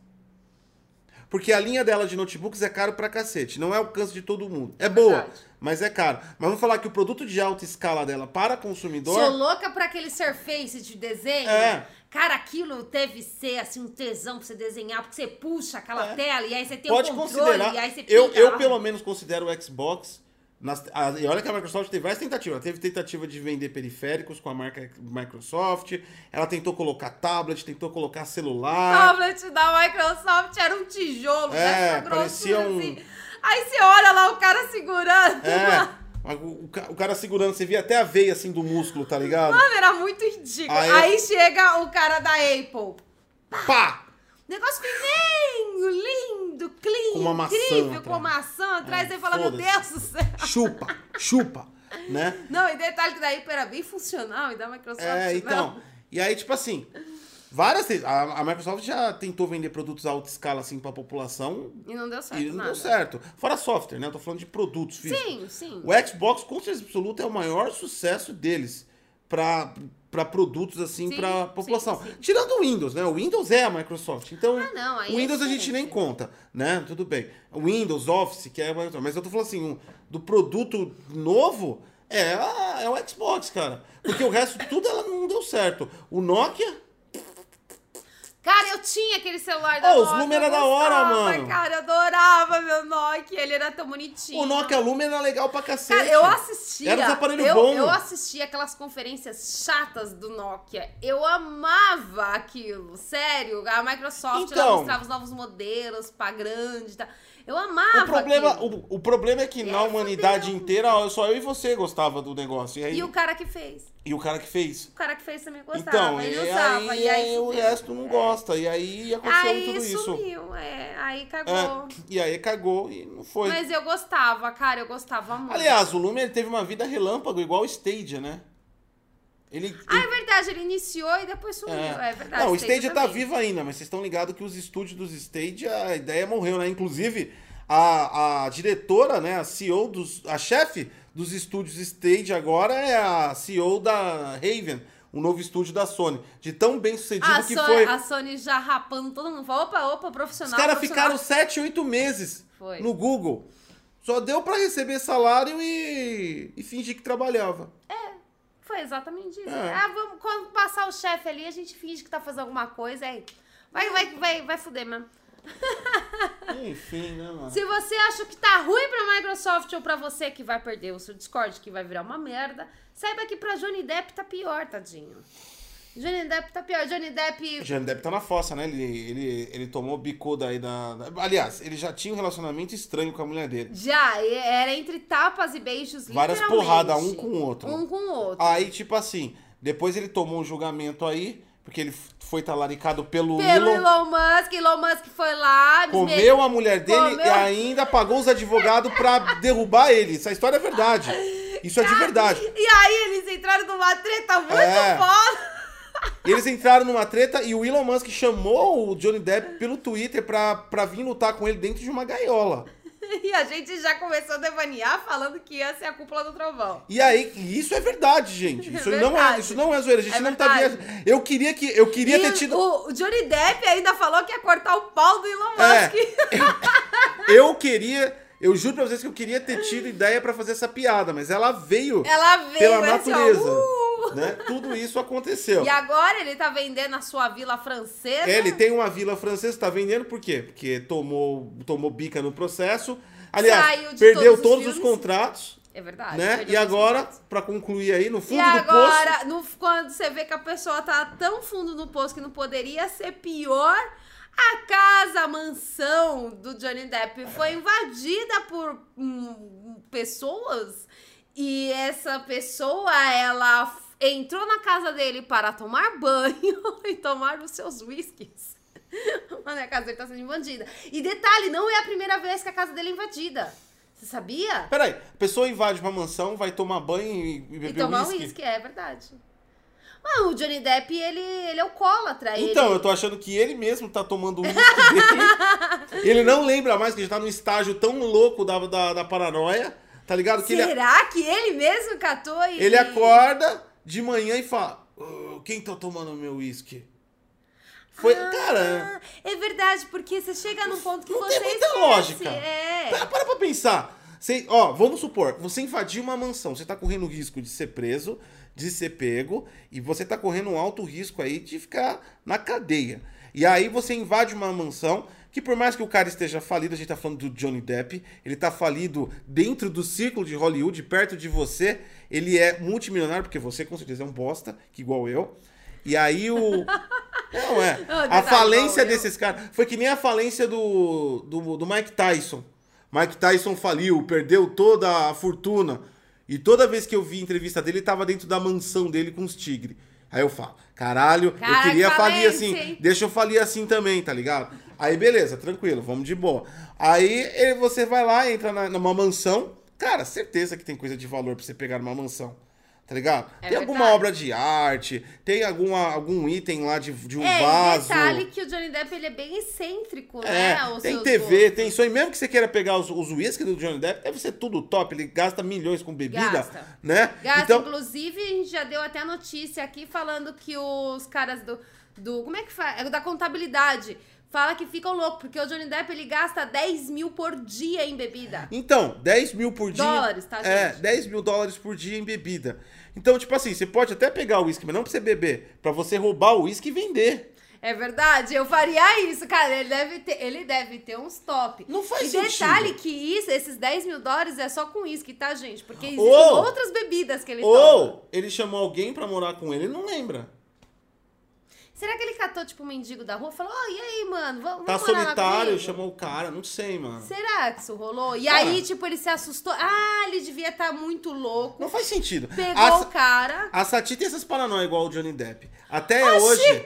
Porque a linha dela de notebooks é caro pra cacete. Não é alcance de todo mundo. É boa, verdade. mas é caro. Mas vamos falar que o produto de alta escala dela para consumidor. Sou louca pra aquele surface de desenho. É. Cara, aquilo deve ser assim um tesão pra você desenhar, porque você puxa aquela É. tela e aí você tem Pode um controle considerar. e aí você fica eu, eu lá. pelo menos considero o Xbox. nas- a- e olha que a Microsoft teve várias tentativas. Ela teve tentativa de vender periféricos com a marca Microsoft. Ela tentou colocar tablet, tentou colocar celular. tablet da Microsoft era um tijolo, Ah. É, dessa parecia grossura um- assim. Aí você olha lá o cara segurando. É. mas O, o ca- o cara segurando, você via até a veia assim do músculo, tá ligado? Mano, era muito ridículo. Aí- Aí, chega o cara da Apple. Pá! Negócio fininho, lindo, clean, Com uma maçã incrível, com atrás. uma maçã atrás. É, Aí fala, meu foda-se. Deus do céu. Chupa, chupa, né? Não, e detalhe que da Apple era bem funcional e da Microsoft É, então. não. E aí, tipo assim, várias. vezes- A, a Microsoft já tentou vender produtos a alta escala assim pra população E não deu certo e não nada. deu certo. Fora software, né? Eu tô falando de produtos físicos. Sim, sim. O Xbox, com certeza absoluta, é o maior sucesso deles pra pra produtos assim Sim, pra sim, população. sim. Tirando o Windows, né? O Windows é a Microsoft. Então, Ah, não, aí o é Windows a gente nem diferente. conta, né? Tudo bem. O Windows Office, que é a Microsoft, mas eu tô falando assim, um- do produto novo é a- é o Xbox, cara. Porque o resto tudo ela não deu certo. O Nokia Cara, eu tinha aquele celular da Ô, os Nokia, números eu era da hora, gostava, mano. Cara, eu adorava meu Nokia, ele era tão bonitinho. O Nokia Lumia era legal pra cacete. Cara, eu assistia. Era um aparelho eu, bom. eu assistia aquelas conferências chatas do Nokia. Eu amava aquilo. Sério, a Microsoft ela Então. mostrava os novos modelos pra grande e tal. Eu amava. o problema, aquilo. o, o problema é que na É, humanidade fudeu. inteira, ó, só eu e você gostava do negócio. E, aí, E o cara que fez. e o cara que fez. O cara que fez também gostava. Então, ele e usava. aí, e aí, o fudeu. resto não gosta. E aí aconteceu Aí tudo isso. sumiu, é. Aí cagou. É, e aí cagou e não foi. Mas eu gostava, cara, eu gostava muito. Aliás, o Lumia ele teve uma vida relâmpago, igual o Stadia, né? Ele. ah, é verdade, ele iniciou e depois sumiu. É, verdade. Não, o Stadia Stadia tá também. vivo ainda, mas vocês estão ligados que os estúdios dos Stadia, a ideia morreu, né? Inclusive, a, a diretora, né, a CEO dos. A chefe dos estúdios Stadia agora é a CEO da Raven, o novo estúdio da Sony. De tão bem sucedido A, que Ah, Sony, foi. a Sony já rapando todo mundo. Fala, opa, opa, Os profissional. caras profissional. ficaram 7, 8 meses Foi. no Google. Só deu pra receber salário e, e fingir que trabalhava. Foi exatamente isso. É. Ah, vamos, quando passar o chefe ali, a gente finge que tá fazendo alguma coisa. Aí. Vai, vai, vai, vai fuder mesmo. Enfim, né, mano? Se você acha que tá ruim pra Microsoft ou pra você que vai perder o seu Discord, que vai virar uma merda, saiba que pra Johnny Depp tá pior, tadinho. Johnny Depp tá pior. Johnny Depp. Johnny Depp tá na fossa, né? Ele, ele, ele tomou bicuda aí da, da- Aliás, ele já tinha um relacionamento estranho com a mulher dele. Já, e- era entre tapas e beijos, Várias literalmente. porradas, um com o outro. Um com o outro. Aí, tipo assim, depois ele tomou um julgamento aí, porque ele f- foi talaricado pelo, Pelo Elon, Elon Musk, Elon Musk foi lá, comeu a mulher dele e Comeu. ainda pagou os advogados pra derrubar ele. Essa história é verdade. Isso é de verdade. Ah, E aí eles entraram numa treta muito É. foda. Eles entraram numa treta e o Elon Musk chamou o Johnny Depp pelo Twitter pra, pra vir lutar com ele dentro de uma gaiola. E a gente já começou a devanear falando que ia ser a cúpula do trovão. E aí, e isso é verdade, gente. É Isso, não, é, verdade. isso não é zoeira. A gente É não tá verdade. viajando. Eu queria que. Eu queria ter E tido. o, o Johnny Depp ainda falou que ia cortar o pau do Elon É. Musk. Eu queria. Eu juro pra vocês que eu queria ter tido ideia pra fazer essa piada, mas ela veio Ela veio pela esse, ó, natureza. uh! né? Tudo isso aconteceu. E agora ele tá vendendo a sua vila francesa. É, ele tem uma vila francesa, tá vendendo por quê? Porque tomou, tomou bica no processo. Aliás, Saiu de perdeu todos os todos os filmes. contratos. É verdade. né? perdeu E os agora, contratos. pra concluir aí, no fundo e do poço. agora, no- quando você vê que a pessoa tá tão fundo no poço que não poderia ser pior, a casa, a mansão do Johnny Depp foi invadida por hum, pessoas e essa pessoa, ela f- entrou na casa dele para tomar banho e tomar os seus whiskies. Mano, a casa dele tá sendo invadida. E detalhe, não é a primeira vez que a casa dele é invadida. Você sabia? Peraí, a pessoa invade uma mansão, vai tomar banho e, e beber E tomar um uísque? uísque, é verdade. Mas o Johnny Depp, ele, ele é alcoólatra. Então, ele... eu tô achando que ele mesmo tá tomando um dele. Ele não lembra mais que ele tá num estágio tão louco da, da, da paranoia, tá ligado? Que ele, Será que ele mesmo catou e... ele é acorda de manhã e fala: "Ô, Quem tá tomando meu uísque? Foi. Cara, Ah, é verdade, porque você chega num ponto que Não você tem muita esquece. lógica. Tá É. para, para pra pensar. Você, ó, vamos supor, você invadiu uma mansão, você tá correndo risco de ser preso, de ser pego, e você tá correndo um alto risco aí de ficar na cadeia. E aí você invade uma mansão que por mais que o cara esteja falido, a gente tá falando do Johnny Depp, ele tá falido dentro do círculo de Hollywood, perto de você, ele é multimilionário, porque você com certeza é um bosta, que igual eu. E aí o. Não é. Ah, A verdade, falência igual eu. desse esses caras. Foi que nem a falência do, do, do Mike Tyson. Mike Tyson faliu, perdeu toda a fortuna. E toda vez que eu vi entrevista dele, ele tava dentro da mansão dele com os tigres. Aí eu falo, caralho, eu Cara, queria que falir falência, assim. hein? Deixa eu falir assim também, tá ligado? Aí beleza, tranquilo, vamos de boa. Aí ele- você vai lá, entra na- numa mansão. Cara, certeza que tem coisa de valor pra você pegar numa mansão. Tá ligado? É tem alguma verdade. obra de arte, tem alguma, algum item lá de, de um É, e vaso. detalhe que o Johnny Depp, ele é bem excêntrico, É, né? os tem seus TV, gostos. tem sonho. Mesmo que você queira pegar os, os uísques do Johnny Depp, deve ser tudo top. Ele gasta milhões com bebida, Gasta. né? Gasta, então, inclusive, a gente já deu até notícia aqui falando que os caras do. do como é que faz? É da contabilidade. Fala que ficam loucos, porque o Johnny Depp ele gasta 10 mil por dia em bebida. então, 10 mil por dia. Dólares, tá, É, gente? 10 mil dólares por dia em bebida. Então, tipo assim, você pode até pegar o uísque, mas não pra você beber. Pra você roubar o uísque e vender. É verdade, eu faria isso, cara. Ele deve ter, ele deve ter uns top. Não faz e sentido. detalhe que isso, esses 10 mil dólares é só com uísque, tá, gente? Porque existem Ou- outras bebidas que ele toma. Ou ele chamou alguém pra morar com ele, não lembra. Será que ele catou, tipo, um mendigo da rua e falou, ó, e aí, mano, vamos, Tá vamos morar lá solitário, comigo?" chamou o cara, não sei, mano. Será que isso rolou? E Ah. aí, tipo, ele se assustou. Ah, ele devia estar muito louco. Não faz sentido. Pegou A o cara. A Sati tem essas paranoias igual o Johnny Depp. Até hoje.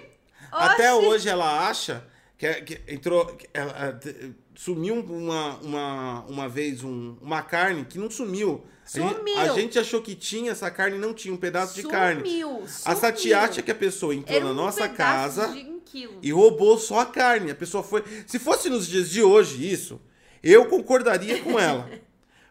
Até Oxi! hoje ela acha que, é, que entrou. que ela, ela te- sumiu uma, uma, uma vez um- uma carne que não sumiu. A gente- Sumiu. A gente, achou que tinha essa carne e não tinha, um pedaço de sumiu, carne. A Sati sumiu. acha que é a pessoa entrou Era na um nossa pedaço casa De um quilo. e roubou só a carne. A pessoa foi. Se fosse nos dias de hoje isso, eu concordaria com ela.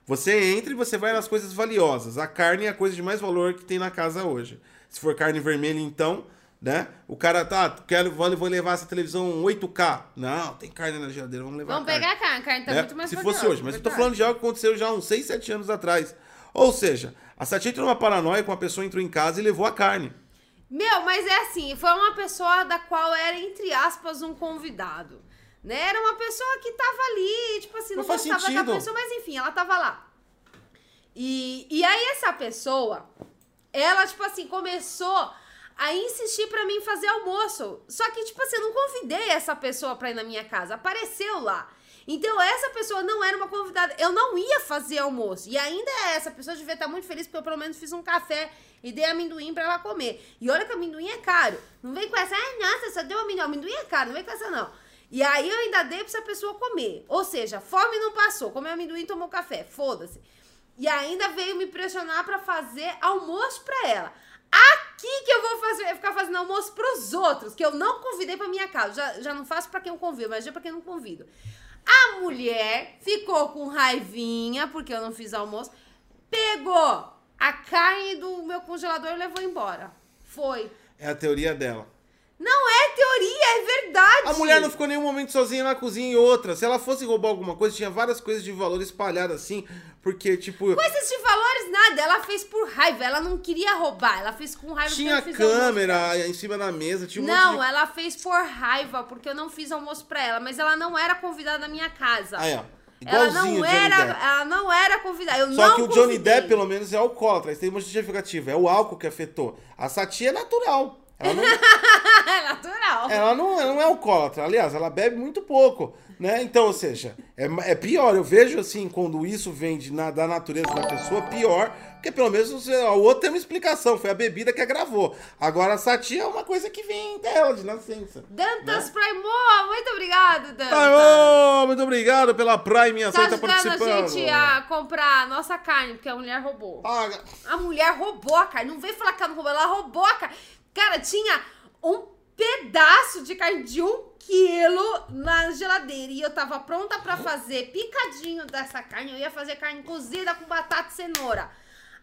Você entra e você vai nas coisas valiosas. A carne é a coisa de mais valor que tem na casa hoje. Se for carne vermelha, então, né? O cara tá, quero, vale- vou levar essa televisão 8K. Não, tem carne na geladeira, vamos levar. Vamos a carne. pegar a carne, a carne tá Né? muito mais Se valiosa, fosse hoje, mas eu tô verdade. falando de algo que aconteceu já há uns 6, 7 anos atrás. Ou seja, a Sati entrou numa paranoia com a pessoa entrou em casa e levou a carne. Meu, mas é assim, foi uma pessoa da qual era, entre aspas, um convidado. Né? Era uma pessoa que tava ali, tipo assim, não, Não faz gostava sentido. da pessoa, mas enfim, ela tava lá. E, e aí essa pessoa, ela, tipo assim, começou a insistir pra mim fazer almoço. Só que, tipo assim, eu não convidei essa pessoa pra ir na minha casa, apareceu lá. Então, essa pessoa não era uma convidada. Eu não ia fazer almoço. E ainda é, essa pessoa devia estar muito feliz porque eu pelo menos fiz um café e dei amendoim pra ela comer. E olha que amendoim é caro. Não vem com essa, ai, nossa, só deu amendoim. Amendoim é caro, não vem com essa não. E aí eu ainda dei pra essa pessoa comer. Ou seja, fome não passou. Comeu amendoim, tomou café. Foda-se. E ainda veio me pressionar pra fazer almoço pra ela. Aqui que eu vou fazer, ficar fazendo almoço pros outros, que eu não convidei pra minha casa. Já, já não faço pra quem eu convido, mas já pra quem eu não convido. A mulher ficou com raivinha porque eu não fiz almoço, pegou a carne do meu congelador e levou embora. Foi. É a teoria dela. Não é teoria, é verdade. A mulher não ficou nenhum momento sozinha na cozinha e outra. Se ela fosse roubar alguma coisa, tinha várias coisas de valor espalhadas assim, porque, tipo, Mas esses valores nada, ela fez por raiva, ela não queria roubar, ela fez com raiva porque eu tinha não fiz almoço câmera em cima da mesa, tinha um não, monte de... ela fez por raiva, porque eu não fiz almoço pra ela, mas ela não era convidada na minha casa. Aí, ó. Ah, ela é. Igualzinho não o Johnny era, Depp. ela não era convidada. Eu Só não que o Johnny convidei. Depp, pelo menos, é alcoólatra. Isso tem uma justificativa. É o álcool que afetou. A Sati é natural. Ela não, é natural. ela não, ela não é alcoólatra. Aliás, ela bebe muito pouco, né? Então, ou seja, é, ma- é pior. Eu vejo, assim, quando isso vem de na- da natureza da pessoa, pior. Porque, pelo menos, você- o outro tem uma explicação. Foi a bebida que agravou. Agora, a Sati é uma coisa que vem dela, de nascença. né? Dantas Primoa, muito obrigado, Dantas. Ah, ô, muito obrigado pela Prime ação Tá e tá ajudando a participando. gente a comprar a nossa carne, porque a mulher roubou. Ah, A mulher roubou a carne. Não vem falar que ela não roubou, ela roubou a carne. Cara, tinha um pedaço de carne de um quilo na geladeira. E eu tava pronta pra fazer picadinho dessa carne. Eu ia fazer carne cozida com batata e cenoura.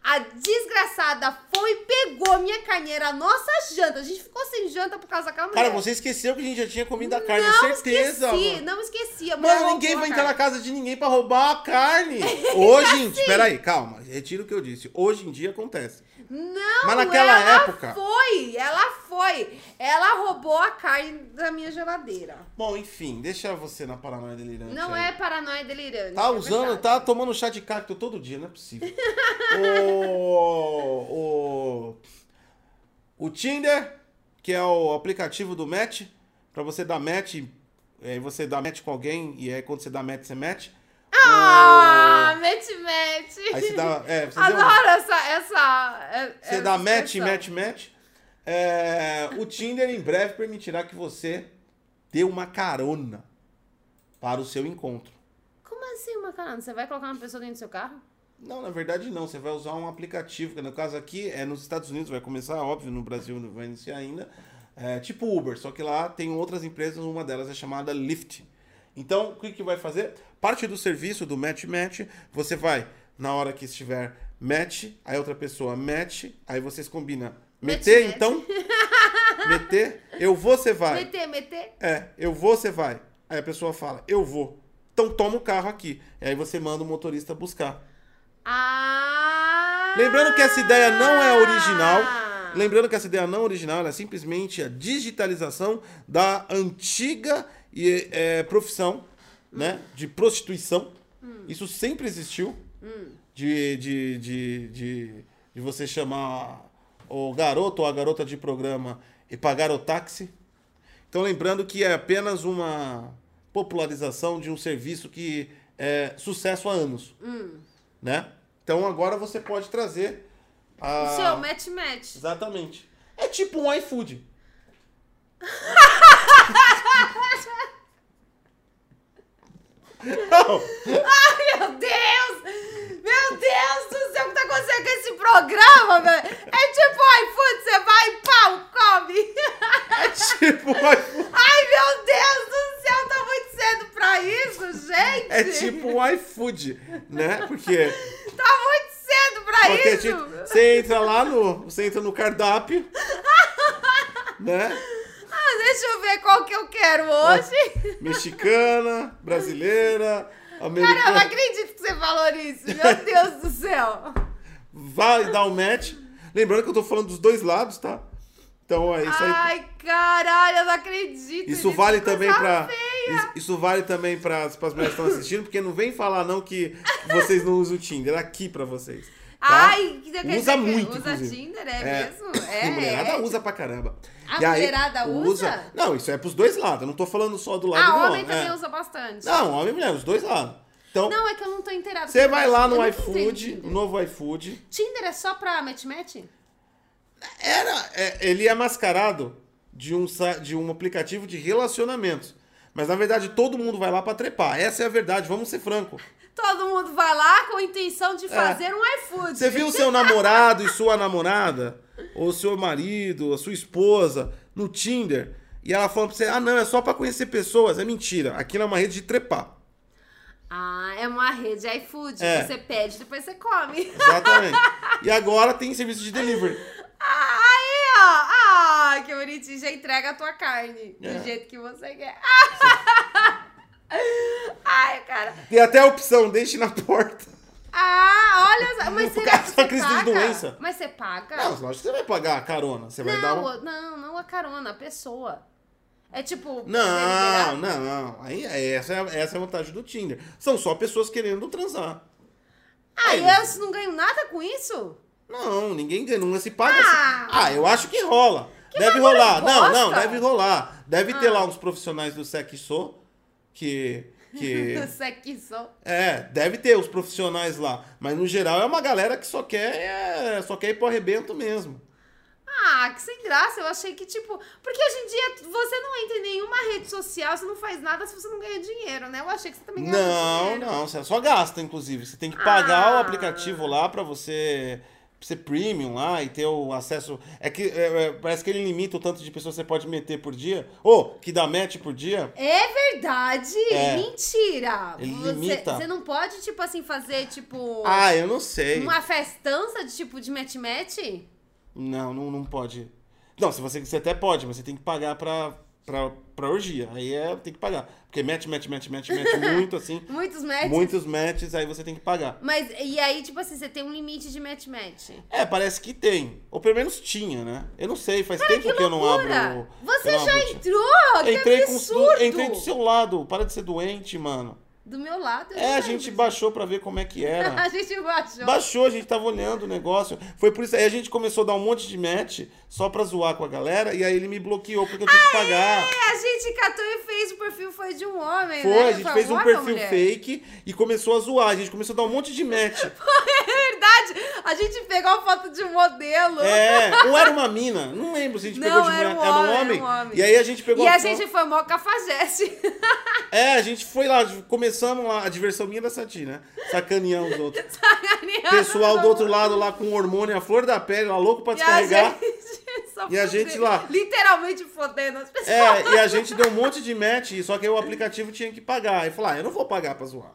A desgraçada foi e pegou a minha carne. Era a nossa janta. A gente ficou sem janta por causa daquela mulher. Cara, você esqueceu que a gente já tinha comido a carne, não certeza. esqueci, mano. não esqueci. A mulher Mano, ninguém roubou vai a entrar na carne. casa de ninguém pra roubar a carne. Hoje em dia. Peraí, calma. Retiro o que eu disse. Hoje em dia acontece. Não, é Mas naquela ela época- foi, ela foi. Ela roubou a carne da minha geladeira. Bom, enfim, deixa você na paranoia delirante. Não aí. é paranoia delirante. Tá é usando, verdade. tá tomando chá de cacto todo dia, não é possível. o, o, o Tinder, que é o aplicativo do match, pra você dar match, aí você dá match com alguém, e aí quando você dá match, você match. Ah, mete, mete. Aí você dá, é, você deu- Adoro essa, essa. é- Você essa dá match, expressão. match, match. É, o Tinder em breve permitirá que você dê uma carona para o seu encontro. Como assim uma carona? Você vai colocar uma pessoa dentro do seu carro? Não, na verdade não. Você vai usar um aplicativo, que no caso aqui é nos Estados Unidos, vai começar, óbvio, no Brasil não vai iniciar ainda. É, tipo Uber, só que lá tem outras empresas, uma delas é chamada Lyft. Então, o que, que vai fazer? Parte do serviço do Match Match, você vai, na hora que estiver match, aí outra pessoa match, aí vocês combinam. Match, Meter, match. então? meter? Eu vou, você vai. Meter, meter. É, eu vou, você vai. Aí a pessoa fala, eu vou. Então toma o carro aqui. E aí você manda o motorista buscar. Ah! Lembrando que essa ideia não é original. Lembrando que essa ideia não original ela é simplesmente a digitalização da antiga e, eh, profissão né, de prostituição. Isso sempre existiu. De, de, de, de, de você chamar o garoto ou a garota de programa e pagar o táxi. Então, lembrando que é apenas uma popularização de um serviço que é sucesso há anos. Hum. Né? Então, agora você pode trazer a... O seu match-match. Exatamente. É tipo um iFood. Não, Ai, meu Deus! Meu Deus do céu, o que tá acontecendo com esse programa, velho? É tipo o iFood, você vai e pau, come! é tipo um iFood. Ai, meu Deus do céu, tá muito cedo pra isso, gente! É tipo um iFood, né? Porque, Tá muito cedo pra porque a isso! gente- você entra lá no, você entra no cardápio, né? Ah, deixa eu ver qual que eu quero hoje. Mexicana, brasileira, Cara, eu não americana. acredito que você falou nisso, meu Deus do céu! Vai dar um match. Lembrando que eu tô falando dos dois lados, tá? Então, é isso aí. Ai, caralho, eu não acredito! Isso nisso, vale que também coisa pra. tá? feia. Isso, isso vale também para as mulheres que estão assistindo, porque não vem falar não que vocês não usam o Tinder. É Aqui pra vocês. tá? Ai, que- quer usa dizer que muito, Usa inclusive. Tinder, é, É. mesmo? E É, mulherada é. usa pra caramba. A E aí, mulherada usa? Não, isso é pros dois lados. Eu não tô falando só do lado do Ah, homem. homem também é. usa bastante. Não, homem e mulher, os dois lados. Então, Não, é que eu não tô inteirada. você vai lá Eu no não iFood, entendo. no novo iFood. Tinder é só pra match-match? Era, é, ele é mascarado de um, sa- de um aplicativo de relacionamentos. Mas na verdade todo mundo vai lá pra trepar. Essa é a verdade, vamos ser franco. Todo mundo vai lá com a intenção de fazer um iFood. É. Você viu seu namorado e sua namorada, ou seu marido, a sua esposa, no Tinder, e ela falando pra você: ah, não, é só pra conhecer pessoas. É mentira. Aquilo é uma rede de trepar. Ah, é uma rede iFood. É. Você pede, depois você come. Exatamente. e agora tem serviço de delivery. Ah, aí, ó. Ah, que bonitinho. Já entrega a tua carne. É. Do jeito que você quer. Ah! Ai, cara. Tem até a opção: deixe na porta. Ah, olha só. Mas Por será causa que da você crise tá de paga? doença. Mas você paga? Não, lógico que você vai pagar a carona. Você vai dar um- Não, uma. o- não, não a carona, a pessoa. É tipo. Não, não. Aí, essa, é, a- essa é a vantagem do Tinder. São só pessoas querendo transar. Ah, É, eu não ganho nada com isso? Não, ninguém ganha, não se paga. Ah! assim. Ah, eu acho que rola. deve bagulho rolar. Não, não, bosta! deve rolar. Deve ter lá uns profissionais do Sexo que que Isso aqui só. é, deve ter os profissionais lá, mas no geral é uma galera que só quer é, só quer ir pro arrebento mesmo. Ah, que sem graça. Eu achei que, tipo. Porque hoje em dia você não entra em nenhuma rede social, você não faz nada se você não ganha dinheiro, né? Eu achei que você também ganhava Não, dinheiro. não, você só gasta inclusive, você tem que pagar o Ah. aplicativo lá pra você pra ser premium lá e ter o acesso. É que é, é, parece que ele limita o tanto de pessoas que você pode meter por dia, ou que dá match por dia. É verdade! É. Mentira! Ele você, limita. você não pode, tipo assim, fazer, tipo. Ah, eu não sei. uma festança de tipo de match-match? Não, não, não pode. Não, se você, você até pode, mas você tem que pagar pra, pra, pra orgia. Aí é, tem que pagar. Porque match, match, match, match, match, muito assim. Muitos matches? Muitos matches, aí você tem que pagar. Mas, e aí, tipo assim, você tem um limite de match-match. É, parece que tem. Ou pelo menos tinha, né? Eu não sei, faz tempo Que que eu não abro. loucura! eu Você não já abro o Tinder. entrou? Que Entrei, com, os absurdo! do, entrei do seu lado, para de ser doente, mano. Do meu lado. eu É, não a gente lembro. baixou pra ver como é que era. A gente baixou. Baixou, a gente tava olhando o negócio. Foi por isso. Aí a gente começou a dar um monte de match só pra zoar com a galera. E aí ele me bloqueou porque eu tive que pagar. É, a gente catou e fez o perfil foi de um homem, né? Foi, a gente Foi fez um homem ou perfil mulher? fake e começou a zoar. A gente começou a dar um monte de match. É verdade. A gente pegou a foto de um modelo. É, ou era uma mina. Não lembro se a gente Não, pegou de era mulher. um homem, era um homem. E aí a gente pegou E a foto. gente foi mó cafajeste. É, a gente foi lá, começamos lá. A diversão minha da Sati, né? Sacanear os outros. Pessoal do outro lado lá com hormônio, a flor da pele, lá louco pra E a descarregar. gente, só E a fodendo. gente lá. Literalmente fodendo as pessoas. É, e a gente deu um monte de match, só que aí o aplicativo tinha que pagar. Aí falou, ah, eu não vou pagar pra zoar.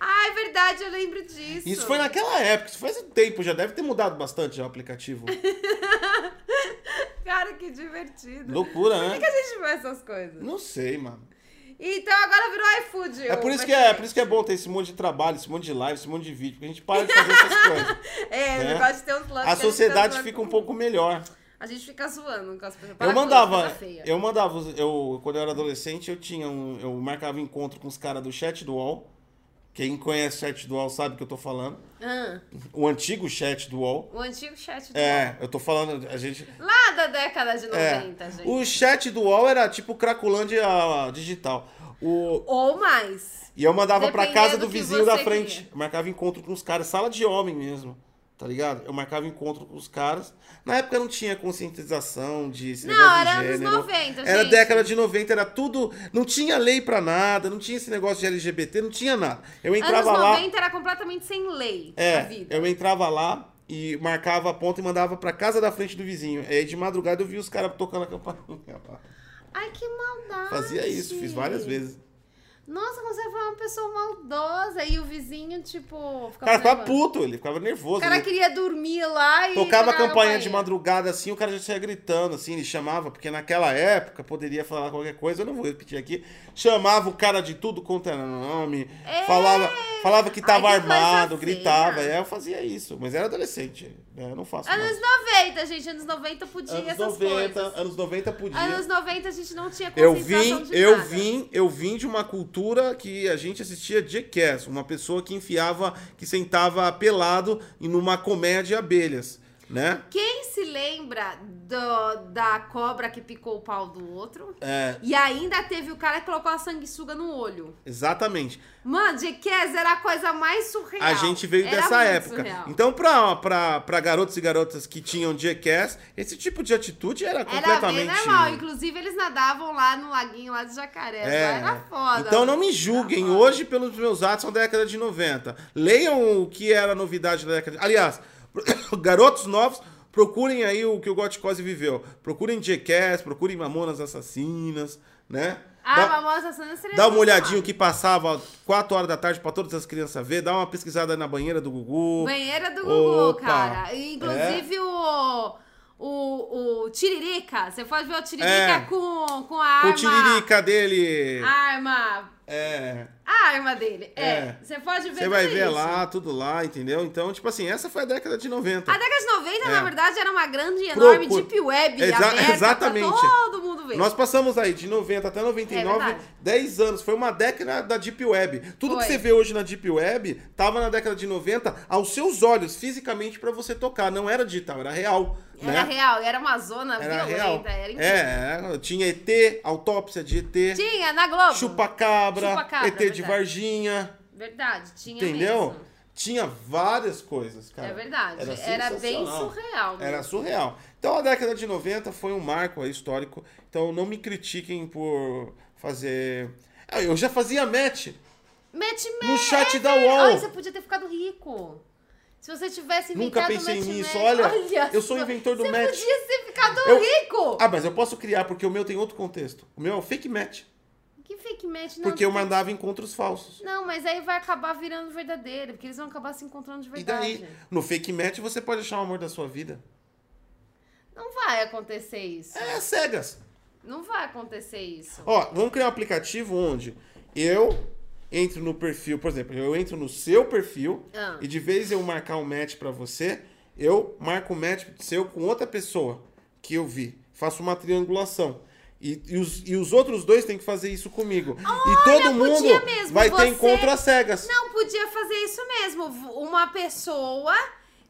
Ah, é verdade, eu lembro disso. Isso foi naquela época, isso faz um tempo, já deve ter mudado bastante já o aplicativo. Cara, que divertido. Loucura, Por que que né? a gente faz essas coisas? Não sei, mano. Então agora virou iFood. É ô, por, isso que é, é Matheus. por isso que é bom ter esse monte de trabalho, esse monte de live, esse monte de vídeo, porque a gente para de fazer essas coisas. É, o né? negócio de ter uns lances. que A gente tá sociedade zoando fica um com- pouco melhor. A gente fica zoando com as pessoas. Para Eu com isso, mandava, coisa feia. eu mandava, os- eu quando eu era adolescente, eu tinha um, eu marcava encontro com os caras do chat do UOL. Quem conhece o chat do UOL sabe o que eu tô falando. Ah, O antigo chat do UOL. o antigo chat do É, eu tô falando, a gente, Lá da década de é. 90, tá, gente. O chat do UOL era tipo Cracolândia digital. O Ou mais. e eu mandava pra Dependendo casa do do que vizinho da você frente. queria. Eu marcava encontro com os caras, sala de homem mesmo. Tá ligado? Eu marcava encontro com os caras. Na época não tinha conscientização de esse Não, negócio de era anos gênero. 90, gente. Era década de 90, era tudo. Não tinha lei pra nada, não tinha esse negócio de LGBT, não tinha nada. Eu entrava Anos lá. 90 era completamente sem lei a É, vida. eu entrava lá e marcava a ponta e mandava pra casa da frente do vizinho. Aí de madrugada eu vi os caras tocando a campainha lá. Ai, que maldade. Fazia isso, fiz várias vezes. Nossa, como você foi uma pessoa maldosa e o vizinho, tipo, O ficava. cara ficava nervoso. puto, ele ficava nervoso. O cara ele queria dormir lá e. Tocava a tocava campainha de madrugada assim, o cara já saía gritando assim, ele chamava, porque naquela época poderia falar qualquer coisa, eu não vou repetir aqui. Chamava o cara de tudo quanto era nome, É. falava, falava que tava Ai, que coisa armado, feia. gritava. É, eu fazia isso, mas era adolescente, né? Eu não faço mais. né? Anos 90, gente. Anos 90 podia Anos essas 90, coisas. anos 90 podia. Anos 90 a gente não tinha Eu conscientização vim, de eu nada. vim, eu vim de uma cultura que a gente assistia Jackass, uma pessoa que enfiava, que sentava pelado em numa colmeia de abelhas, né? Quem se lembra do- da cobra que picou o pau do outro? É, E ainda teve o cara que colocou a sanguessuga no olho. exatamente. Mano, Jackass era a coisa mais surreal. A gente veio Era dessa muito época. surreal. Então, pra, pra, pra garotos e garotas que tinham Jackass, esse tipo de atitude era Era bem completamente. normal. Inclusive, eles nadavam lá no laguinho lá de Jacaré. Lá Era foda. É. Então não me julguem Era foda. hoje pelos meus atos na década de 90. Leiam o que era novidade da década. de- Aliás, garotos novos, procurem aí o que o Gotcose viveu. Procurem Jackass, procurem Mamonas Assassinas, né? Ah, Dá- dá, Mamosa Santa seria Dá uma muito olhadinha o foda. que passava 4 horas da tarde pra todas as crianças ver. Dá uma pesquisada na banheira do Gugu. Banheira do Opa. É. Gugu, cara. E, Inclusive o, o. O Tiririca. Você pode ver o Tiririca É. com, com a arma. O tiririca dele. A arma. É. A arma dele. É. É. Você pode ver Você vai tudo ver isso. lá, tudo lá, entendeu? Então, tipo assim, essa foi a década de 90. A década de 90, É. na verdade, era uma grande e enorme Procura- deep web Exa- aberta exatamente. pra todo mundo ver. Nós passamos aí de 90 até É 99, verdade. 10 anos. Foi uma década da Deep Web. Tudo que Foi. você vê hoje na Deep Web tava na década de 90 aos seus olhos, fisicamente, pra você tocar. Não era digital, era real. Era né? real, era uma zona Era violenta, real. era incrível. É, é, tinha ET, autópsia de ET, Tinha na Globo. chupacabra, Chupacabra, ET de verdade. Varginha, Verdade, tinha entendeu? mesmo. Tinha várias coisas, cara. É verdade. Era, bem sensacional. surreal. Era mesmo. surreal. Então a década de 90 foi um marco aí histórico. Então não me critiquem por fazer. Ah, Eu já fazia match Mete me- no chat da Ai, UOL. você podia ter ficado rico. Se você tivesse Nunca inventado pensei match nisso. match. Olha, eu só. sou inventor do você match. podia ter ficado Eu- rico. Ah, mas eu posso criar porque o meu tem outro contexto. O meu é o fake match. Que fake match, não. Porque eu mandava encontros falsos. Não, mas aí vai acabar virando verdadeiro, porque eles vão acabar se encontrando de E verdade. daí, no fake match você pode achar o amor da sua vida. Não vai acontecer isso. É, cegas. Não vai acontecer isso. Ó, vamos criar um aplicativo onde eu entro no perfil, por exemplo, eu entro no seu perfil Ah. e de vez eu marcar um match pra você, eu marco um match seu com outra pessoa que eu vi. Faço uma triangulação. E, e os, e os outros dois têm que fazer isso comigo. e todo podia mundo mesmo, vai você- ter encontro às cegas. Não, podia fazer isso mesmo. V- Uma pessoa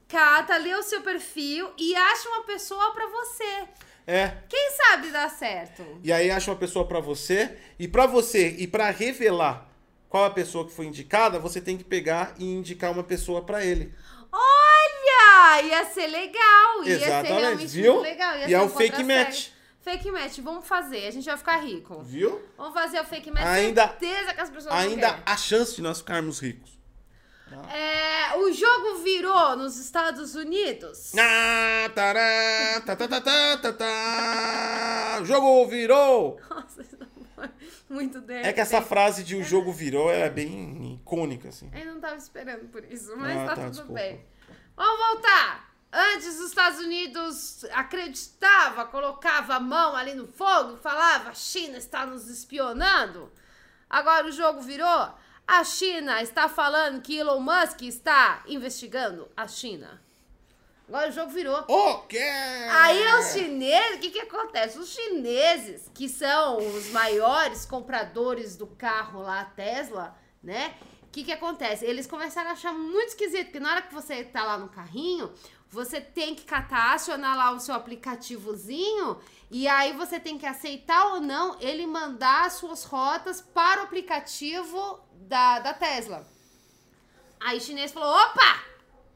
cata, lê o seu perfil e acha uma pessoa pra você. É. Quem sabe dá certo? E aí acha uma pessoa pra você e pra você e pra revelar qual a pessoa que foi indicada, você tem que pegar e indicar uma pessoa pra ele. Olha! Ia ser legal. Ia Exatamente, ser realmente viu? muito legal. Ia E ser é um o fake contra-série. match. Fake match, vamos fazer. A gente vai ficar rico. Viu? Vamos fazer o fake match. Ainda- certeza que as pessoas não ainda querem. há chance de nós ficarmos ricos. É, o jogo virou nos Estados Unidos. Ah, tará, tá, tá, tá, tá, tá, tá. O jogo virou! Nossa, isso foi muito dele. É que essa frase de o jogo virou era bem icônica, assim. Eu não tava esperando por isso, mas Ah, tá, tá, tudo desculpa. bem. Vamos voltar! Antes os Estados Unidos acreditava, colocava a mão ali no fogo e falava China está nos espionando. Agora o jogo virou. A China está falando que Elon Musk está investigando a China. Agora o jogo virou. O quê? Aí É. os chineses, o que que acontece? Os chineses, que são os maiores compradores do carro lá, a Tesla, né? O que que acontece? Eles começaram a achar muito esquisito, porque na hora que você tá lá no carrinho, você tem que catar, acionar lá o seu aplicativozinho, e aí você tem que aceitar ou não ele mandar as suas rotas para o aplicativo da, da Tesla. Aí o chinês falou, opa,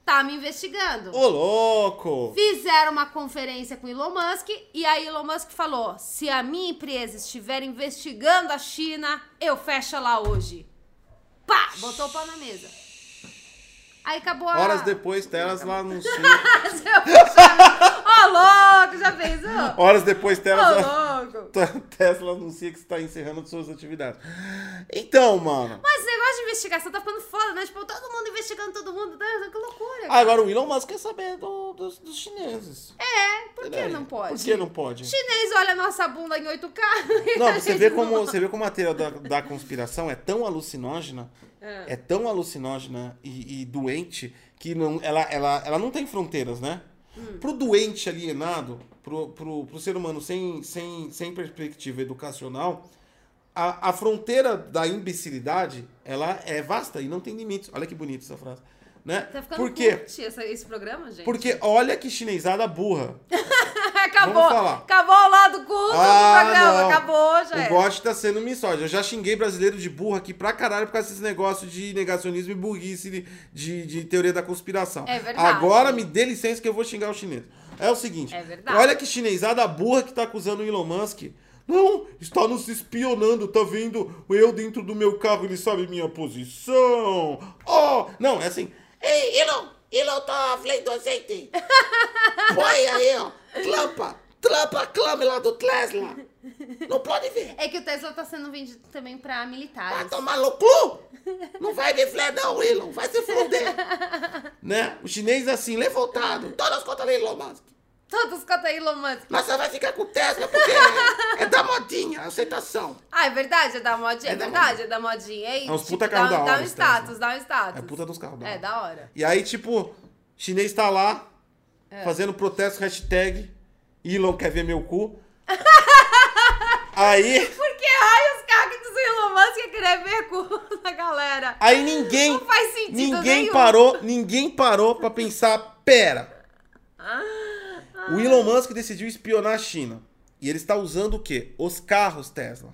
tá me investigando. Ô, louco! Fizeram uma conferência com Elon Musk e aí Elon Musk falou: se a minha empresa estiver investigando a China, eu fecho lá hoje. Pá! Botou o pau na mesa. Aí acabou a. Ah, Horas depois, telas lá anuncia. Seu fechamento. Ô, louco, já pensou? Horas depois, telas lá. Ô, louco. Tesla anuncia que está encerrando suas atividades. Então, mano. Mas esse negócio de investigação tá ficando foda, né? Tipo, todo mundo investigando todo mundo. né? Que loucura. cara. Agora o Elon Musk quer saber do- dos, dos chineses. É, por que não pode? Por que não pode? Chinês olha a nossa bunda em Tá 8K. e Não, a você gente vê, como, não- você vê como a teoria da, da conspiração é tão alucinógena, é, tão alucinógena e, e doente, que não, ela, ela, ela não tem fronteiras, né? Hum. Pro doente alienado, pro, pro, pro ser humano sem, sem, sem perspectiva educacional, a, a fronteira da imbecilidade, ela é vasta e não tem limites. Olha que bonito essa frase. Né? Tá ficando Por quê? cult essa- esse programa, gente? Porque olha que chinesada burra. acabou. Vamos falar. Acabou o lado culto Ah, do programa. não. Acabou, já O era. Gotti tá sendo misógino. Eu já xinguei brasileiro de burro aqui pra caralho por causa desse negócio de negacionismo e burrice de, de, de teoria da conspiração. É verdade. Agora me dê licença que eu vou xingar o chinês. É o seguinte. É verdade. Olha que chinesada burra que tá acusando o Elon Musk. Não, está nos espionando, tá vendo eu dentro do meu carro, ele sabe minha posição. Oh, não, é assim. Ei, Elon, Elon tá flendo azeite. Põe aí, ó. Clampa, trampa, clame lá do Tesla. Não pode ver. É que o Tesla tá sendo vendido também pra Vai militares. tomar no cu? Não vai me fler não, Elon. Vai se foder. né? O chinês assim, levantado. Todas contra o Elon Musk. Todos contra Elon Musk. Nossa, vai ficar com o Tesla porque é, é da modinha a aceitação. Ah, é verdade, é da modinha. É, É da verdade, é da modinha. É isso. uns puta tipo, carro dá, um- da dá hora um esse Tesla. status, dá um status. É puta dos carros. É, da hora. E aí, tipo, chinês tá lá, É. fazendo protesto, hashtag, Elon quer ver meu cu. aí, Porque, ai, os cactos do Elon Musk é querer ver cu da galera. aí ninguém, Não faz sentido ninguém nenhum. parou, ninguém parou pra pensar, pera, Ah, O Elon Musk decidiu espionar a China. E ele está usando o quê? Os carros Tesla.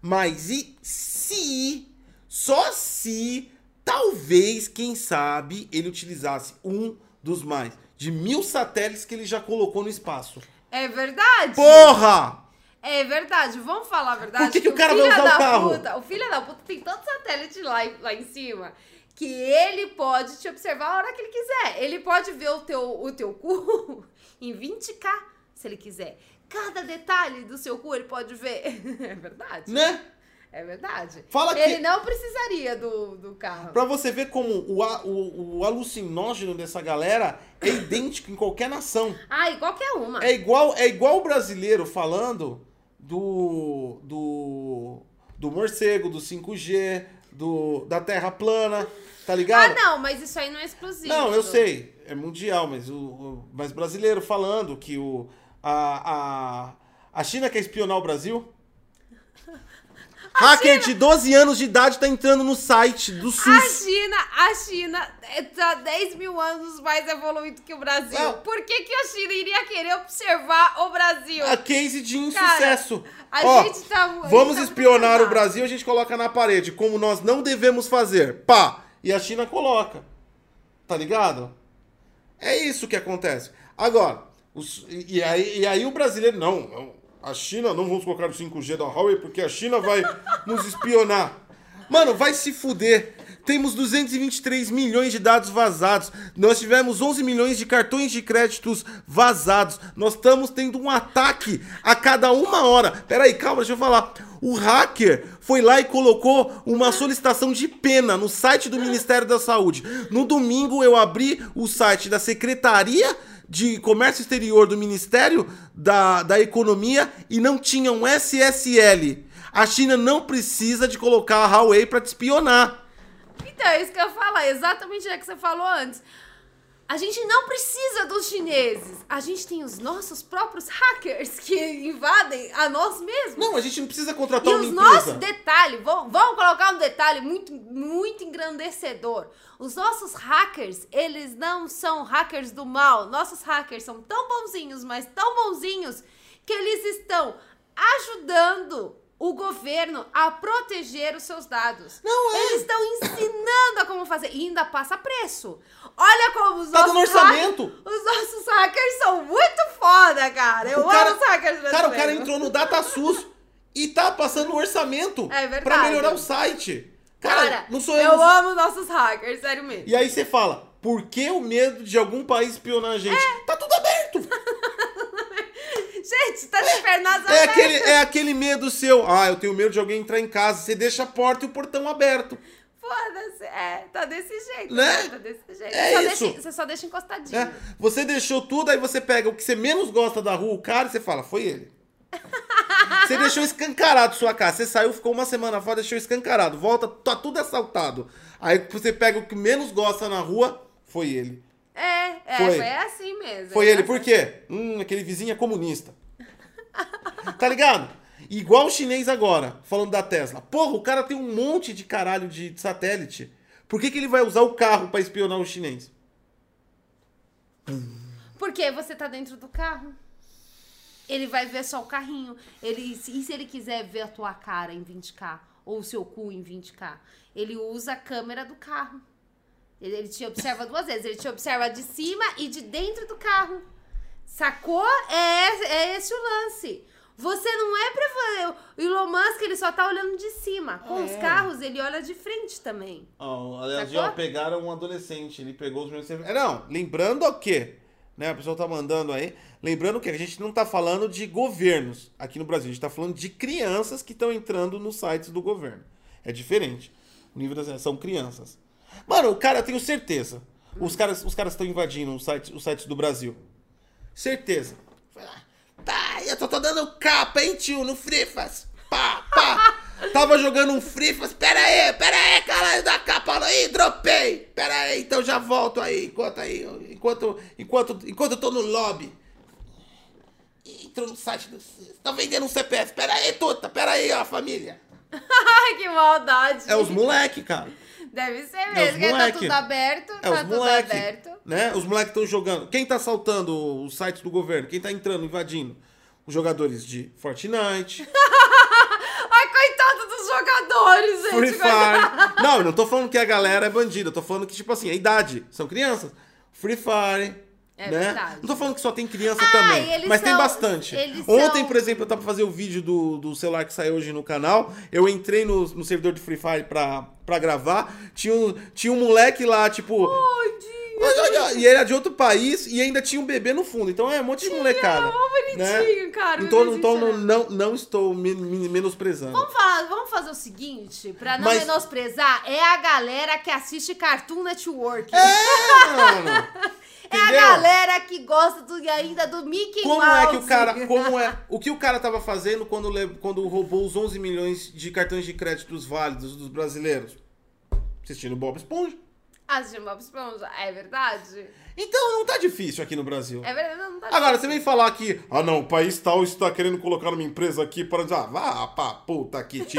Mas e se, só se, talvez, quem sabe, ele utilizasse um dos mais de mil satélites que ele já colocou no espaço? É verdade. Porra! É verdade, vamos falar a verdade. Por que que o cara vai filho usar o da carro? Puta, o filho da puta tem tanto satélite lá, em- lá em cima que ele pode te observar a hora que ele quiser. Ele pode ver o teu, o teu cu em 20k, se ele quiser. Cada detalhe do seu cu ele pode ver. É verdade. Né? É verdade. Fala que- Ele não precisaria do, do carro. Pra você ver como o, a- o- o alucinógeno dessa galera é idêntico em qualquer nação. Ai, qualquer uma. É igual, é igual o brasileiro falando do, do, do morcego, do 5G, do, da terra plana, tá Ah, ligado? não, mas isso aí não é exclusivo. não, eu sei, é mundial, mas, o, o- mas brasileiro falando que o, a, a, a China quer espionar o Brasil. Hacker de 12 anos de idade tá entrando no site do A SUS. China, a China está 10 mil anos mais evoluído que o Brasil. Não. Por que, que a China iria querer observar o Brasil? A case de Cara, insucesso. a Ó, gente tá- a gente Vamos tá muito espionar atrasado. o Brasil, a gente coloca na parede, como nós não devemos fazer. Pá! E a China coloca. Tá ligado? É isso que acontece. Agora, os- e, e aí, e aí o brasileiro, não, não, a China, não vamos colocar o 5G da Huawei, porque a China vai nos espionar. Mano, vai se fuder. Temos 223 milhões de dados vazados. Nós tivemos 11 milhões de cartões de créditos vazados. Nós estamos tendo um ataque a cada uma hora. Peraí, calma, deixa eu falar. O hacker foi lá e colocou uma solicitação de pena no site do Ministério da Saúde. No domingo eu abri o site da Secretaria de Comércio Exterior do Ministério da, da Economia e não tinha um SSL. A China não precisa de colocar a Huawei pra te espionar. Então, é isso que eu ia falar, exatamente o que você falou antes. A gente não precisa dos chineses. A gente tem os nossos próprios hackers que invadem a nós mesmos. Não, a gente não precisa E contratar uma os empresa. nossos detalhes, vamos, vamos colocar um detalhe muito, muito engrandecedor. Os nossos hackers, eles não são hackers do mal. Nossos hackers são tão bonzinhos, mas tão bonzinhos, que eles estão ajudando o governo a proteger os seus dados. Não é. Eles estão ensinando a como fazer e ainda passa preço. Olha como os Tá nossos dando orçamento. hack- os nossos hackers são muito foda, cara. Eu O cara- amo os hackers brasileiros. Cara, o cara entrou no DataSUS e tá passando o orçamento É verdade. pra melhorar o site. Cara, não sou eu. eu não- amo nossos hackers, sério mesmo. E aí você fala, por que o medo de algum país espionar a gente? É. Tá tudo aberto. Gente, tá de né? pernas É abertas. aquele, é aquele medo seu. Ah, eu tenho medo de alguém entrar em casa. Você deixa a porta e o portão aberto. Foda-se. É, tá desse jeito. Né? Tá desse jeito. É Só isso. deixa- você só deixa encostadinho. né? Você deixou tudo, aí você pega o que você menos gosta da rua, o cara, e você fala, foi ele. Você deixou escancarado sua casa. Você saiu, ficou uma semana fora, deixou escancarado. Volta, tá tudo assaltado. Aí você pega o que menos gosta na rua, foi ele. É, é, Foi. foi, assim mesmo. Foi É ele, por quê? Hum, aquele vizinho é comunista. Tá ligado? Igual o chinês agora, falando da Tesla. Porra, o cara tem um monte de caralho de satélite. Por que, que ele vai usar o carro pra espionar o chinês? Porque você tá dentro do carro. Ele vai ver só o carrinho. Ele, se- e se ele quiser ver a tua cara em 20k? Ou o seu cu em 20k? Ele usa a câmera do carro. Ele, ele te observa duas vezes. Ele te observa de cima e de dentro do carro. Sacou? É, es- é esse o lance. Você não é pra fazer. O Elon Musk, ele só tá olhando de cima. Com Ah, os é? carros, ele olha de frente também. Ó, aliás, Sacou? já pegaram um adolescente, ele pegou os meus serviços. É, Não, lembrando o quê? Né, a pessoa tá mandando aí. Lembrando que a gente não tá falando de governos aqui no Brasil, a gente tá falando de crianças que estão entrando nos sites do governo. É diferente. O nível das são crianças. Mano, o cara, eu tenho certeza. Os caras os caras estão invadindo os sites, os sites do Brasil. Certeza. Vai lá. Tá, eu tô, tô dando capa, hein, tio, no Frifas. Pá, pá. Tava jogando um Frifas. Pera aí, pera aí, caralho, da capa aí, dropei. Pera aí, então já volto aí, enquanto aí, enquanto, enquanto, enquanto eu tô no lobby. Entrou no site do... Tá vendendo um CPF. Pera aí, tuta, pera aí, ó, família. Ai, que maldade. É os moleque, cara. Deve ser os mesmo. porque tá moleque. tudo aberto. É tá os tudo moleque, aberto. né? Os moleques estão jogando. Quem tá assaltando os sites do governo? Quem tá entrando, invadindo? Os jogadores de Fortnite, Ai, coitado dos jogadores, gente. Free coitado. Fire. Não, eu não tô falando que a galera é bandida, eu tô falando que, tipo assim, a idade. São crianças. Free Fire. É né? verdade. Não tô falando que só tem criança Ah, e também, eles mas tem são- bastante. eles Ontem, são- por exemplo, eu tava pra fazer o vídeo do, do celular que saiu hoje no canal. Eu entrei no, no servidor de Free Fire pra, pra gravar. Tinha um, tinha um moleque lá, tipo. Tadinho. Mas olha, E era de outro país e ainda tinha um bebê no fundo. Então é um monte de molecada. mó bonitinho, cara, o Então, então não, bebezinho não, não estou me, me- menosprezando. Vamos, falar, vamos fazer o seguinte, pra não Mas- menosprezar, é a galera que assiste Cartoon Network. É, mano. É a Entendeu? galera que gosta do, ainda do Mickey Como Mouse. é que o cara. Como é. O que o cara tava fazendo quando, le- quando roubou os 11 milhões de cartões de créditos válidos dos brasileiros? Assistindo Bob Esponja. Assistiu Bob Esponja, é verdade? Então não tá difícil aqui no Brasil. É verdade, não tá Agora, você vem falar que, ah não, o país tal está querendo colocar uma empresa aqui para. Ah, vá pra puta que te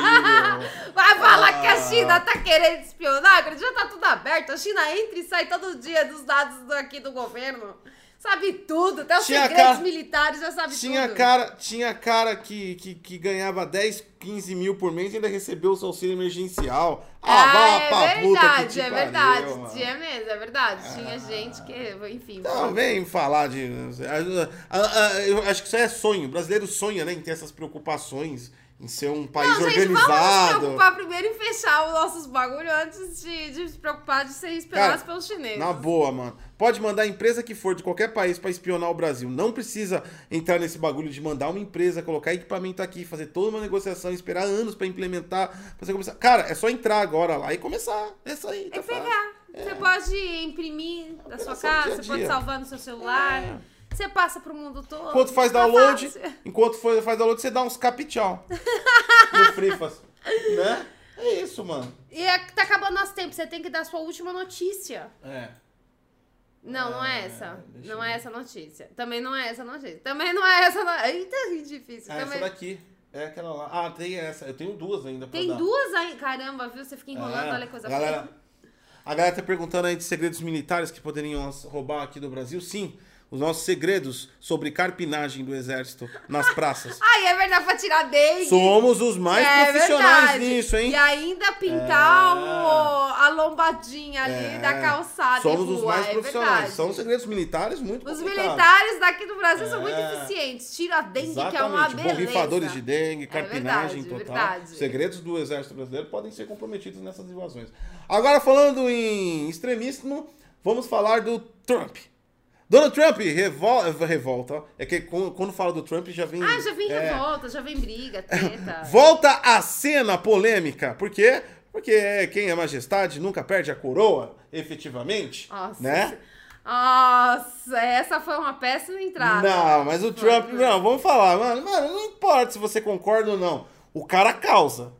pariu. Vai falar que a Ah. China tá querendo espionar? cara, Já tá tudo aberto. A China entra e sai todo dia dos dados do- aqui do governo. Sabe tudo, até os Tinha segredos ca- militares já sabe Tinha tudo. cara, tinha cara que, que, que ganhava 10, 15 mil por mês e ainda recebeu o auxílio emergencial. Ah, vá é pra puta que verdade, te é pariu, verdade. mano. Ah. Tá Tinha mesmo, é verdade. Tinha gente que, enfim. Não, vem falar de... Ah, ah, ah, Eu acho que isso aí é sonho. O brasileiro sonha, né, em ter essas preocupações, em ser um país Não, gente, vamos nos organizado. preocupar primeiro em fechar os nossos bagulho antes de, de se preocupar de ser espionados Cara, pelos chineses. Na boa, mano. Pode mandar a empresa que for de qualquer país pra espionar o Brasil. Não precisa entrar nesse bagulho de mandar uma empresa, colocar equipamento aqui, fazer toda uma negociação, esperar anos pra implementar, pra você começar. Cara, é só entrar agora lá e começar. É isso aí. Tá É fácil. pegar. Você pode imprimir da sua Operação casa, É dia a você pode dia. salvar no seu celular. É. Você passa pro mundo todo. Enquanto faz tá download, fácil. enquanto faz faz download, você dá uns capitchão no Frifas. Né? É isso, mano. E é que tá acabando nosso tempo, você tem que dar sua última notícia. É. Não, não É, é essa. deixa eu Não ver. é essa notícia. Também não é essa notícia. Também não é essa. No... Eita, que difícil. Ah, Também... essa daqui. É aquela lá. Ah, tem essa. Eu tenho duas ainda pra Tem dar. duas aí. Caramba, viu? Você fica enrolando, É, olha que coisa a feia. galera, a galera tá perguntando aí de segredos militares que poderiam as- roubar aqui do Brasil. Sim, os nossos segredos sobre carpinagem do exército nas praças. Ai, é verdade, pra tirar dengue. Somos os um mais É profissionais verdade. nisso, hein? E ainda pintar É. o- a lombadinha ali É. da calçada Somos e rua, os mais é profissionais. verdade. São segredos militares muito Os complicados. militares daqui do Brasil são muito É. eficientes. Tira a dengue, que é uma Exatamente. beleza. É Borrifadores de dengue, carpinagem verdade, total. verdade. Segredos do exército brasileiro podem ser comprometidos nessas invasões. Agora, falando em extremismo, vamos falar do Trump. Donald Trump revol- revolta. ó. É que quando quando fala do Trump já vem. Ah, já vem é, revolta, já vem briga, treta. Volta à cena polêmica. Por quê? Porque quem é majestade nunca perde a coroa, efetivamente. Nossa. né? Nossa, essa foi uma péssima entrada. Não, mas o Trump. Não, Não, vamos falar, mano. Mano, não importa se você concorda ou não. O cara causa.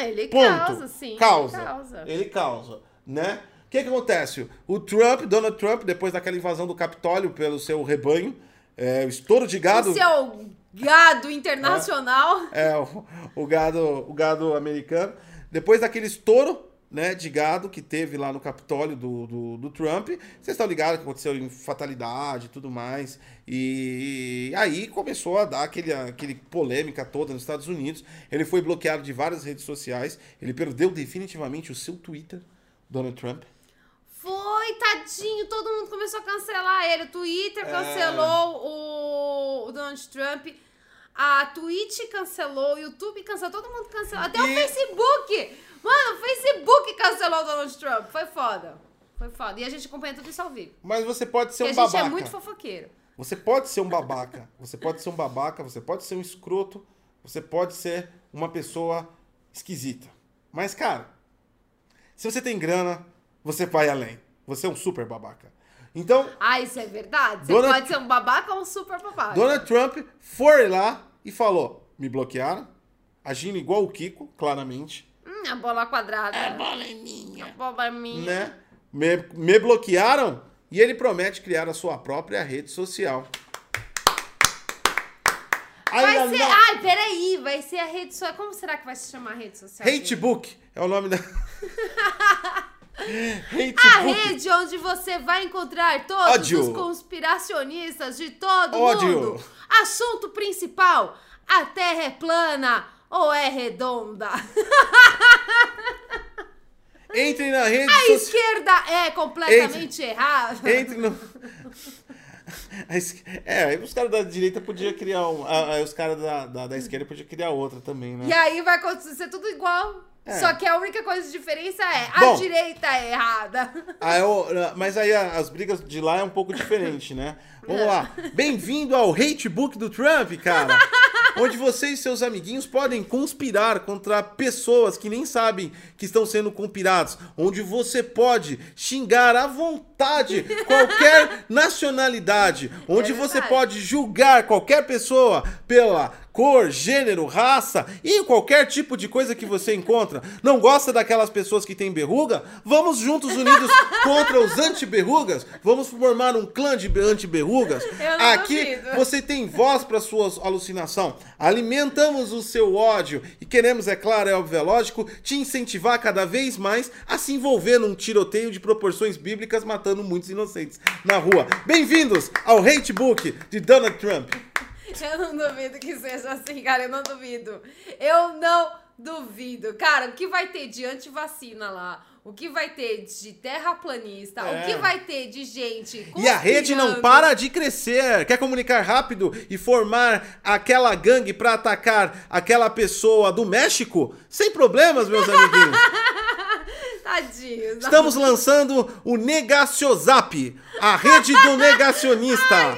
ele é Ponto. causa, sim. Causa. É Ele causa. Ele causa, né? O que, que acontece? O Trump, Donald Trump, depois daquela invasão do Capitólio pelo seu rebanho, é, o estouro de gado. O seu gado internacional. É, o, o gado, o gado americano. Depois daquele estouro, né, de gado que teve lá no Capitólio do, do, do Trump, vocês estão ligados que aconteceu em fatalidade e tudo mais. E, aí começou a dar aquele, aquele polêmica toda nos Estados Unidos. Ele foi bloqueado de várias redes sociais. Ele perdeu definitivamente o seu Twitter, Donald Trump. Foi, tadinho, todo mundo começou a cancelar ele. O Twitter É. cancelou o, o Donald Trump. A Twitch cancelou, o YouTube cancelou, todo mundo cancelou. Até o E- Facebook! Mano, o Facebook cancelou o Donald Trump. Foi foda. Foi foda. E a gente acompanha tudo isso ao vivo. Mas você pode ser Porque um a gente babaca. é muito fofoqueiro. Você pode ser um babaca, você pode ser um babaca, você pode ser um escroto, você pode ser uma pessoa esquisita. Mas, cara, se você tem grana, você vai além. Você é um super babaca. Então, Ah, isso é verdade. Você Donald- pode ser um babaca ou um super babaca. Donald Trump foi lá e falou: me bloquearam, agindo igual o Kiko, claramente. Hum, a bola quadrada. É bola minha. bola é minha. Né? Me, me bloquearam e ele promete criar a sua própria rede social. Vai Ainda ser. não- Ai, peraí, vai ser a rede social. Como será que vai se chamar a rede social? dele? Hatebook é o nome da. A Hatebook. rede onde você vai encontrar todos Ódio. os conspiracionistas de todo Ódio. mundo. Assunto principal: a Terra é plana ou é redonda? Entre na rede A social. esquerda é completamente errada. Entre no. A es- É, aí os caras da direita podiam criar um. ah, ah, Os caras da, da, da esquerda podiam criar outra também, né? E aí vai acontecer tudo igual. É. Só que a única coisa de diferença é a Bom. direita é errada. Ah, eu- mas aí a- as brigas de lá é um pouco diferente, né? Vamos lá. Bem-vindo ao Hatebook do Trump, cara. Onde você e seus amiguinhos podem conspirar contra pessoas que nem sabem que estão sendo conspirados. Onde você pode xingar à vontade qualquer nacionalidade. Onde você verdade. pode julgar qualquer pessoa pela cor, gênero, raça e qualquer tipo de coisa que você encontra. Não gosta daquelas pessoas que têm berruga? Vamos juntos unidos contra os anti-berrugas? Vamos formar um clã de be- anti-berrugas? Eu não Aqui duvido. você tem voz para sua alucinação. Alimentamos o seu ódio e queremos, é claro, é óbvio, é lógico, te incentivar cada vez mais a se envolver num tiroteio de proporções bíblicas matando muitos inocentes na rua. Bem-vindos ao Hatebook de Donald Trump. Eu não duvido que seja assim, cara. Eu não duvido. Eu não duvido. Cara, o que vai ter de antivacina lá? O que vai ter de terraplanista? É. O que vai ter de gente E a rede não conspirando? para de crescer. Quer comunicar rápido e formar aquela gangue pra atacar aquela pessoa do México? Sem problemas, meus amiguinhos. Tadinho. Estamos lançando o Negaciozap, a rede do negacionista.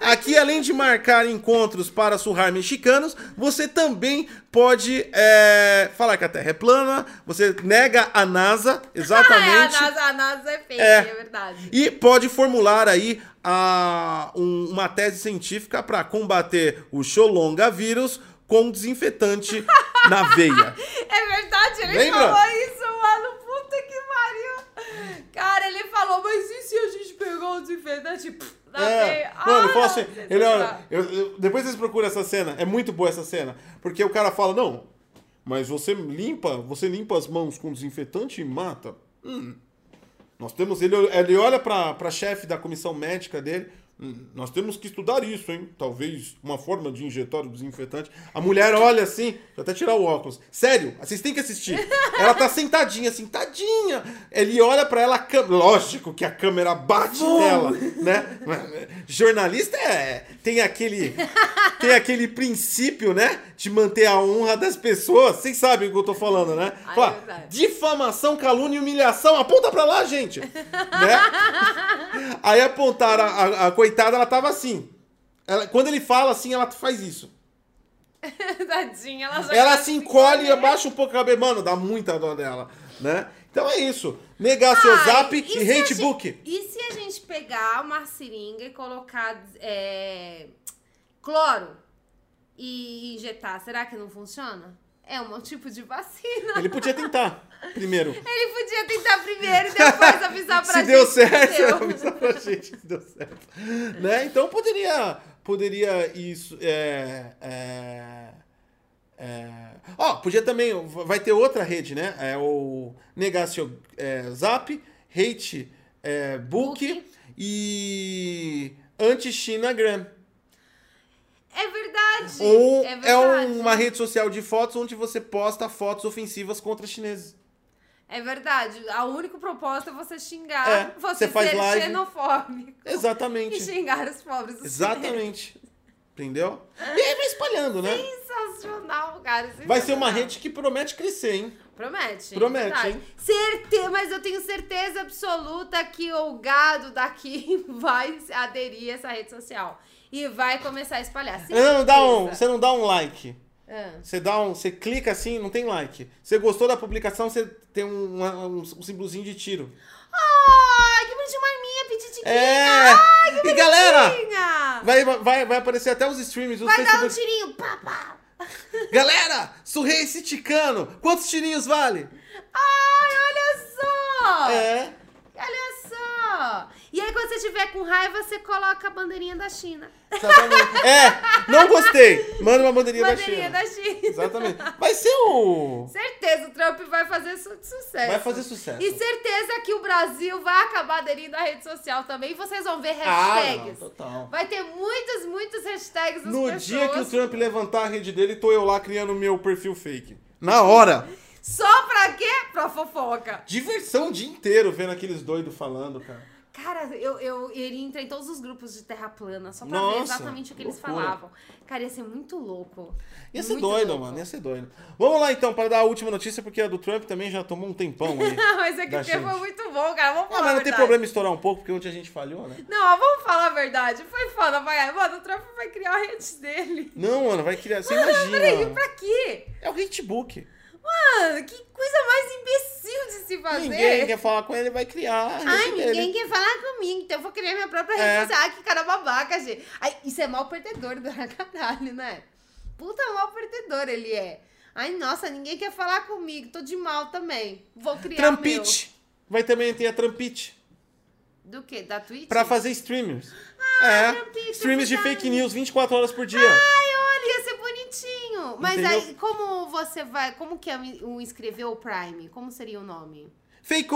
Aqui, além de marcar encontros para surrar mexicanos, você também pode é, falar que a Terra é plana, você nega a NASA, Ah, é, a exatamente. NASA, a NASA é fake, É. é verdade. E pode formular aí a- a um- uma tese científica para combater o xolongavírus com desinfetante na veia. É verdade, ele Lembra? falou isso, mano. Puta que pariu. Cara, ele falou, mas e se a gente pegar o desinfetante? pff, na veia? mano, ele Ah, fala assim, não, ele não olha- dá. eu- eu- depois vocês procuram essa cena, é muito boa essa cena, porque o cara fala, não, mas você limpa, você limpa as mãos com desinfetante e mata. Hum. Nós temos, ele, ele olha pra, pra chefe da comissão médica dele, "Hum, nós temos que estudar isso, hein, talvez uma forma de injetar o desinfetante. A mulher olha assim, deixa eu até tirar o óculos, sério, vocês têm que assistir. Ela tá sentadinha, assim, tadinha. Ele olha pra ela, a câ- lógico que a câmera bate nela, né? Jornalista é, tem aquele tem aquele princípio, né? De manter a honra das pessoas. Vocês sabem o que eu tô falando, né? Ah, é Fala, verdade. difamação, calúnia e humilhação. Aponta pra lá, gente! né? Aí apontaram a, a- a coitada, ela tava assim. Ela- quando ele fala assim, ela faz isso. Tadinha, ela só Ela quer se encolhe e encolher. abaixa um pouco a cabeça. Mano, dá muita dó dela, né? Então é isso. Negar seu Ai, zap e se e a hate gente- book. E se a gente pegar uma seringa e colocar é, cloro e injetar, será que não funciona? É um tipo de vacina. Ele podia tentar primeiro. Ele podia tentar primeiro e depois avisar Tá pra se gente. deu que certo, deu. avisa pra gente se deu certo. Né? Então poderia, poderia isso. É, é, é. Ó, podia também. Vai ter outra rede, né? É o Negácio é, Zap, Hate é, Book, Book. e Anti-Chinagram. É verdade. Ou é, é, verdade. uma rede social de fotos onde você posta fotos ofensivas contra chineses. É verdade. O único propósito é você xingar, É, você, você faz ser live. xenofóbico Exatamente. e xingar os pobres. do Exatamente. Entendeu? É. E aí vai espalhando, né? Chile. Sensacional, cara. Vai ser uma sensacional. rede que promete crescer, hein? Promete. Promete, verdade. hein? Certe... Mas eu tenho certeza absoluta que o gado daqui vai se aderir a essa rede social. E vai começar a espalhar. Não, não dá um, Certeza. você não dá um like. Ah. Você dá um, você clica assim, não tem like. Você gostou da publicação, você tem um, uma- um, um símbolozinho de tiro. Ai, que bonitinho, uma arminha pitiquinha. É! e galera, Pitiquinha. vai, vai, vai aparecer até os streams do Vai dar um Facebook. tirinho. Pá, pá. Galera, surrei esse ticano. Quantos tirinhos vale? Ai, olha só. É. Olha só! E aí, quando você tiver com raiva, você coloca a bandeirinha da China. Exatamente. É, não gostei. Manda uma bandeirinha, bandeirinha da China. da China. Exatamente. Vai ser o... Certeza, o Trump vai fazer su- sucesso. Vai fazer sucesso. É. E certeza que o Brasil vai acabar aderindo à rede social também. E vocês vão ver Ah, não, hashtags. total. vai ter muitas, muitas hashtags das No pessoas. dia que o Trump levantar a rede dele, tô eu lá criando meu perfil fake. Na hora! Só pra quê? Pra fofoca. Diversão o dia inteiro vendo aqueles doidos falando, cara. Cara, eu, eu iria entrar em todos os grupos de terra plana só pra ver Nossa, exatamente o que eles loucura. falavam. Cara, ia ser muito louco. Ia ser Muito doido, louco. mano. Ia ser doido. Vamos lá então, para dar a última notícia, porque a do Trump também já tomou um tempão aí. Ah, mas é que da o tempo gente. foi muito bom, cara. Vamos Ah, falar mas a não tem verdade. problema estourar um pouco, porque ontem a gente falhou, né? Não, ó, vamos falar a verdade. Foi foda, vai. Mano, o Trump vai criar a rede dele. Não, mano, vai criar. Você Ah, Peraí, imagina. pra quê? É o hatebook. Mano, que coisa mais imbecil de se fazer. Ninguém quer falar com ele, vai criar. A rede Ai, dele. ninguém quer falar comigo, então eu vou criar minha própria É. rede social. Ai, que cara babaca, gente. Ai, isso é mal perdedor do caralho, né? Puta mal perdedor ele é. Ai, nossa, ninguém quer falar comigo, tô de mal também. Vou criar Trumpite. Vai também ter a Trumpite. o meu. Do quê? Da Twitch? Pra fazer streamers. Trumpite, é. é Streams de verdade. fake news 24 horas por dia. Ai, olha, ia ser bonitinho. Mas Entendeu? aí, como você vai... Como que é o inscrever o Prime? Como seria o nome?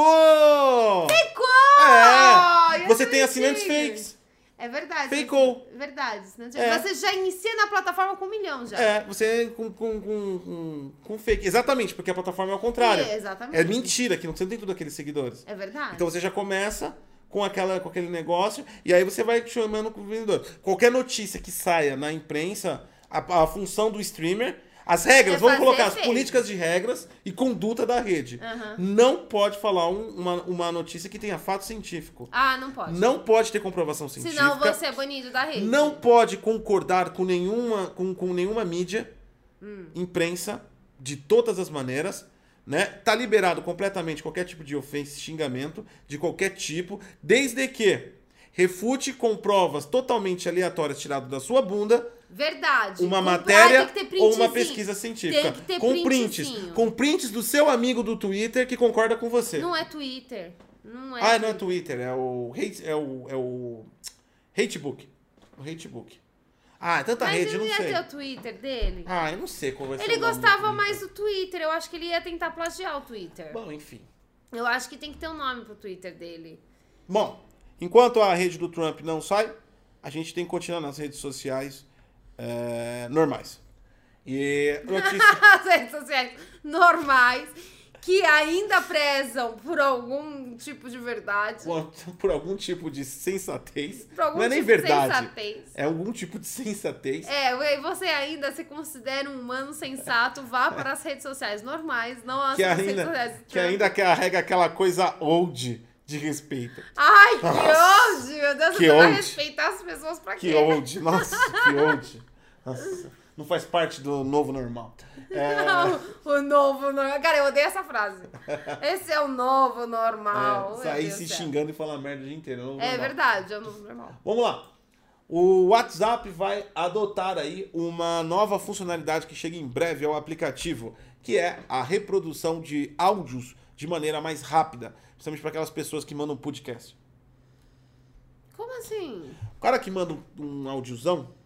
Fakeou! Ficou! É! Ia Você ser tem assinantes bonitinho. fakes. É verdade. Ficou. Verdade. assinante- É. Você já inicia na plataforma com um milhão já. É, você com, com, com, com, com fake. Exatamente, porque a plataforma é o contrário. É, exatamente. É mentira que não você não tem tudo aqueles seguidores. É verdade. Então você já começa com, aquela, com aquele negócio e aí você vai chamando o vendedor. Qualquer notícia que saia na imprensa, a, a função do streamer, as regras, É vamos fazer colocar as fake. políticas de regras e conduta da rede. Aham. Não pode falar um- uma, uma notícia que tenha fato científico. Ah, não pode. Não pode ter comprovação científica. Senão você é banido da rede. não pode concordar com nenhuma, com, com nenhuma mídia, Hum. imprensa, de todas as maneiras. Né? Tá liberado completamente qualquer tipo de ofensa, xingamento, de qualquer tipo, desde que refute com provas totalmente aleatórias tiradas da sua bunda Verdade. uma Comprar, matéria tem que ter ou uma printzinho. pesquisa científica. Tem que ter com prints. printzinho. Com prints do seu amigo do Twitter que concorda com você. Não é Twitter. Não é. ah, não é Twitter. Twitter, é o hate, é o, é o hatebook. O hatebook. Ah, é tanta Mas rede, ele não ia sei. ter o Twitter dele. Ah, eu não sei qual vai ser ele o nome do gostava Twitter. mais do Twitter. Eu acho que ele ia tentar plagiar o Twitter. Bom, enfim. Eu acho que tem que ter um nome pro Twitter dele. Bom, enquanto a rede do Trump não sai, a gente tem que continuar nas redes sociais é, normais. E notícia. As redes sociais normais que ainda prezam por algum tipo de verdade. por algum tipo de sensatez. Por algum não é nem tipo de verdade. sensatez. É algum tipo de sensatez. É, ué, você ainda se considera um humano sensato, vá para as redes sociais normais, não as que redes sociais. ainda, que trans. ainda carrega aquela coisa old de respeito. Ai, que ódio! Meu Deus, Que você vai ódio. respeitar as pessoas pra Que quê? old, nossa, que old. Nossa, não faz parte do novo normal. É, Não, o novo normal. Cara, eu odeio essa frase. Esse é o novo normal. é, Ah, oh, meu sair Deus se do céu. xingando e falar merda o dia inteiro. novo É normal. verdade, é o novo normal. Vamos lá. O WhatsApp vai adotar aí uma nova funcionalidade que chega em breve ao aplicativo, que é a reprodução de áudios de maneira mais rápida, principalmente para aquelas pessoas que mandam podcast. Como assim? O cara que manda um- um audiozão,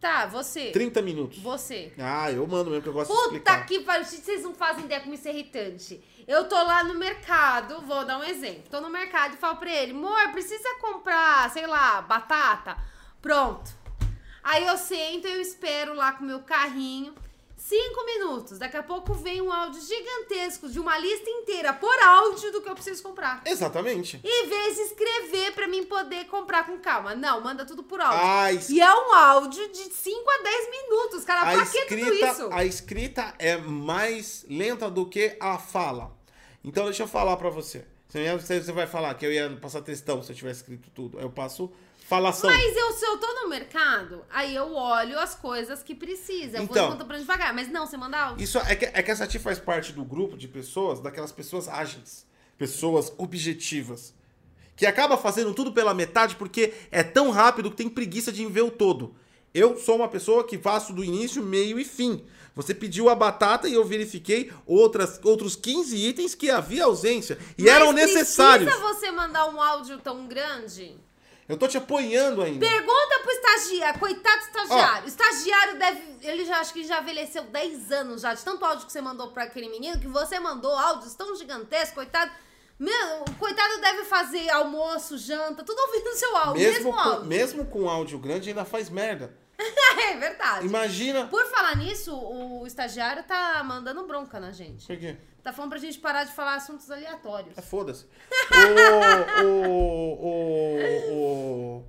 Tá, você. 30 minutos. Você. Ah, eu mando mesmo, que eu gosto de Puta explicar. que pariu, vocês não fazem ideia como isso é irritante. Eu tô lá no mercado, vou dar um exemplo. Tô no mercado e falo pra ele, amor, precisa comprar, sei lá, batata? Pronto. Aí eu sento, eu espero lá com o meu carrinho. Cinco minutos. Daqui a pouco vem um áudio gigantesco de uma lista inteira por áudio do que eu preciso comprar. Exatamente. E vez escrever pra mim poder comprar com calma. Não, manda tudo por áudio. Ai, E é um áudio de 5 a 10 minutos, cara. a Pra que tudo isso? escrita, a escrita é mais lenta do que a fala. Então deixa eu falar pra você. Você ia- Você você vai falar que eu ia passar textão se eu tivesse escrito tudo. Eu passo falação. Mas eu, se eu tô no mercado, aí eu olho as coisas que precisa. Eu Então. vou encontrando devagar. Mas não, você manda áudio. Isso é que, é que essa tia faz parte do grupo de pessoas, daquelas pessoas ágeis, pessoas objetivas, que acaba fazendo tudo pela metade porque é tão rápido que tem preguiça de ver o todo. Eu sou uma pessoa que faço do início, meio e fim. Você pediu a batata e eu verifiquei outras, outros 15 itens que havia ausência e Mas eram necessários. Precisa você mandar um áudio tão grande? Eu tô te apoiando ainda. Pergunta pro estagiário, coitado do estagiário. O estagiário deve. Ele já acho que já envelheceu 10 anos já, de tanto áudio que você mandou pra aquele menino, que você mandou áudios tão gigantescos, coitado. Meu, o coitado deve fazer almoço, janta, tudo ouvindo seu áudio, mesmo, Mesmo com, áudio. mesmo com áudio grande, ainda faz merda. é verdade. Imagina. Por falar nisso, o estagiário tá mandando bronca na gente. Por quê? Tá falando pra gente parar de falar assuntos aleatórios. É, foda-se. O, o, o, o-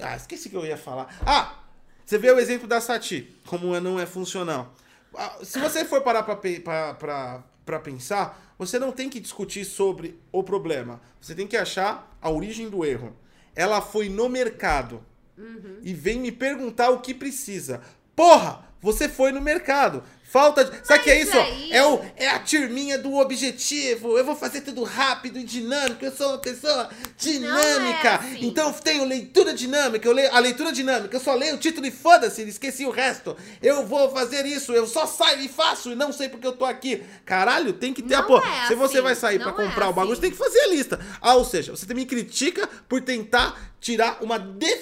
Ah, esqueci que eu ia falar. Ah, você vê o exemplo da Sati, como é- não é funcional. Ah, Se você for parar pra, pe- pra, pra, pra pensar, você não tem que discutir sobre o problema. Você tem que achar a origem do erro. Ela foi no mercado Uhum. e vem me perguntar o que precisa. Porra, você foi no mercado. Falta de. Sabe o que é Mas isso? aí- É, o, é a turminha do objetivo. Eu vou fazer tudo rápido e dinâmico. Eu sou uma pessoa dinâmica. assim. Então eu tenho leitura dinâmica. Eu leio a leitura dinâmica. Eu só leio o título e foda-se, esqueci o resto. Eu vou fazer isso. Eu só saio e faço e não sei porque eu tô aqui. Caralho, tem que ter Não a porra. é Se você assim, vai sair pra não é comprar o bagulho, assim. você tem que fazer a lista. Ah, ou seja, você também critica por tentar tirar uma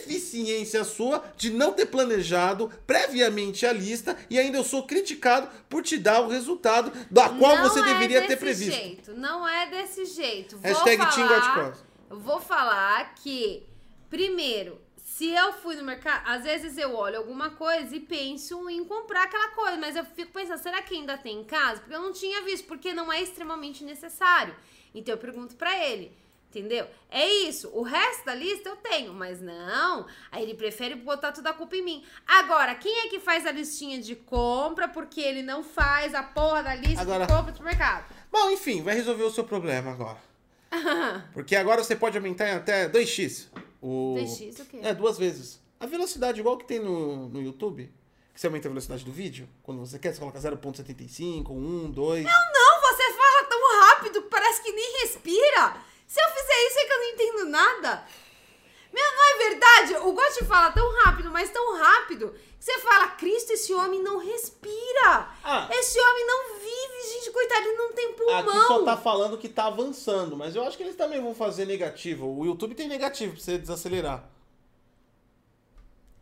deficiência sua de não ter planejado previamente a lista e ainda eu sou criticado por te dar o resultado da qual Não você é deveria ter desse previsto. Jeito, não é desse jeito. Vou Hashtag Team God falar, Cross. eu vou falar que, primeiro, se eu fui no mercado, às vezes eu olho alguma coisa e penso em comprar aquela coisa, mas eu fico pensando, será que ainda tem em casa? Porque eu não tinha visto, porque não é extremamente necessário. Então eu pergunto pra ele. Entendeu? É isso. O resto da lista eu tenho, mas não. Aí ele prefere botar toda a culpa em mim. Agora, quem é que faz a listinha de compra porque ele não faz a porra da lista Agora- de compra do mercado? Bom, enfim, vai resolver o seu problema agora. Porque agora você pode aumentar em até 2x. O... 2x o quê? É, duas vezes. A velocidade, igual que tem no, no YouTube, que você aumenta a velocidade do vídeo, quando você quer, você coloca 0.75, 1, 2. Não, você fala tão rápido que parece que nem respira. Se eu fizer isso é que eu não entendo nada. fala tão rápido, mas tão rápido, que você fala, Cristo, esse homem não respira. Ah. Esse homem não vive, gente, coitado, ele não tem pulmão. Aqui só tá falando que tá avançando, mas eu acho que eles também vão fazer negativo. O YouTube tem negativo pra você desacelerar.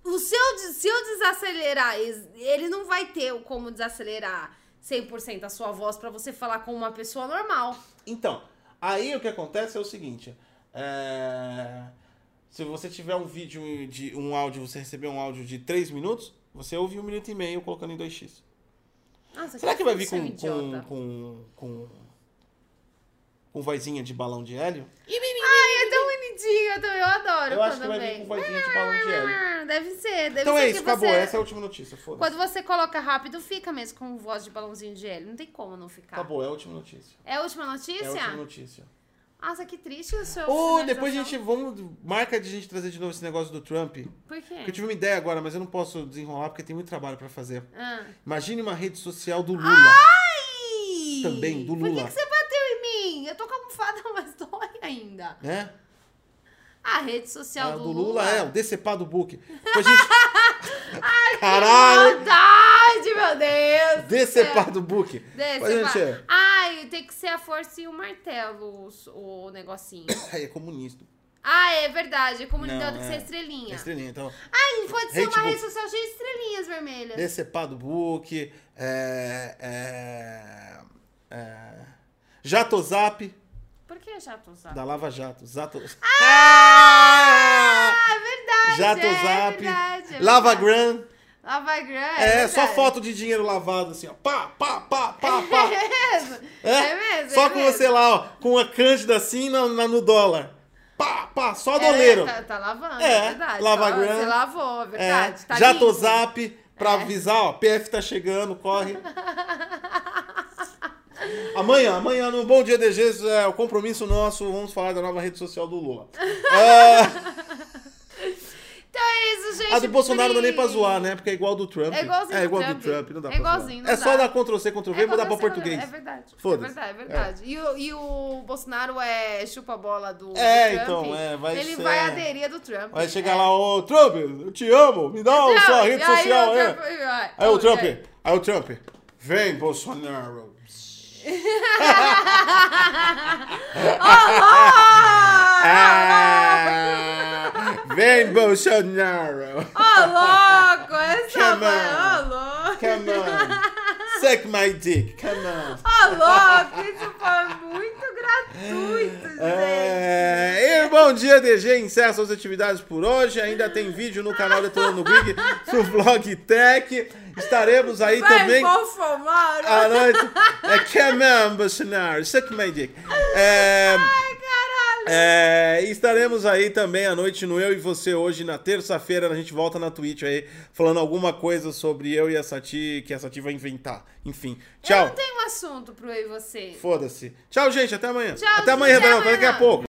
O seu, de- se eu desacelerar, es- ele não vai ter o como desacelerar 100% a sua voz pra você falar com uma pessoa normal. Então, aí o que acontece é o seguinte. é, Se você tiver um vídeo de um áudio, você receber um áudio de 3 minutos, você ouve um minuto e meio colocando em 2x. Nossa, Será que vai vir você é um com com, idiota. com com com vozinha de balão de hélio? Ai, é tão bonitinho, eu, também, eu adoro Eu acho que quando vai vir vem. com vozinha de balão de hélio. Ah, Deve ser, deve Então ser é que isso, acabou. você- Essa é a última notícia. Foda-se. Quando você coloca rápido, fica mesmo com voz de balãozinho de hélio. Não tem como não ficar. Acabou, é a última notícia. É a última É a Tá. notícia? última notícia. Nossa, que triste o seu. Ou depois a gente. Vamos. Marca de gente trazer de novo esse negócio do Trump. Por quê? Porque eu tive uma ideia agora, mas eu não posso desenrolar porque tem muito trabalho pra fazer. Ah. Imagine uma rede social do Lula. Ai! Também, do Por que Lula. que, você bateu em mim? Eu tô camuflada, mas dói ainda. Né? A rede É, social o do, do Lula, é, o Que decepado book. Depois a gente. Caralho! maldade, meu Deus! do Decepado book. céu. Depois a Decepado. gente. é. Ai, tem que ser a força e o martelo, o, o negocinho. Ai, é comunista. ah, é verdade. Comunidade Não, tem que é. ser estrelinha. É estrelinha, então. Ai, pode ser uma Hatebook. rede social cheia de estrelinhas vermelhas. Decepado book. É. É. é Jatozap Por que jato usado? da Lava Jato. Zato. Ah! Ah, é verdade. Jato é Zap, Verdade, é Lava verdade. Gran. Lava Gran. É, só verdade. foto de dinheiro lavado, assim, ó. Pá, pá, pá, pá, É pá. mesmo? É, mesmo? Só é com mesmo. você lá, ó, com a Cândida assim na, na- no dólar. Pá, pá, só É, doleiro. tá, tá lavando, É, é verdade. Lava tá, Gran. Você lavou, é É, verdade. tá já limpo. É. tô zap pra avisar, ó. PF tá chegando, corre. amanhã, amanhã, no Bom Dia DG, é o compromisso nosso, vamos falar da nova rede social do Lula. É, Então é isso, gente. a do Bolsonaro não dá nem pra please. zoar, né? Porque é igual a do Trump. É igualzinho É do igual a do Trump. Trump, não dá É pra zoar. igualzinho, não É dá. só dar Ctrl C, Ctrl É V e mudar pra aconteceu, português. É verdade. É Foda-se. verdade, é verdade. E, o, e o Bolsonaro é chupa-bola do, É, do Trump. então, é, vai Ele ser- vai aderir a do Trump. Vai chegar é. lá, ô Trump, eu te amo, me dá Não, a sua rede e É aí social o aí. Trump- vai. Aí o Ô, Trump, gente. aí o Trump, vem Bolsonaro. É. Ah, vem Bolsonaro. Ô, louco! Essa Come vai. Ô, on. louco! Come on. Suck my dick, come on. Ô, louco! Isso foi muito gratuito, gente. É, e bom dia, DG. Encerra suas atividades por hoje. Ainda tem vídeo no canal Detonando Big, no Vlog Tech. Estaremos aí vai, também. Bolsonaro! à noite. É, come on, Bolsonaro. Suck my dick. É, Ai, caralho! é, e estaremos aí também à noite no Eu e Você hoje, na terça-feira. A gente volta na Twitch aí, falando alguma coisa sobre eu e a Sati, que a Sati vai inventar. Enfim, Eu tchau. não tenho um assunto pro eu e você. Foda-se. Tchau, gente. Até amanhã. Tchau, até amanhã, até Renan. Daqui a amanhã. pouco.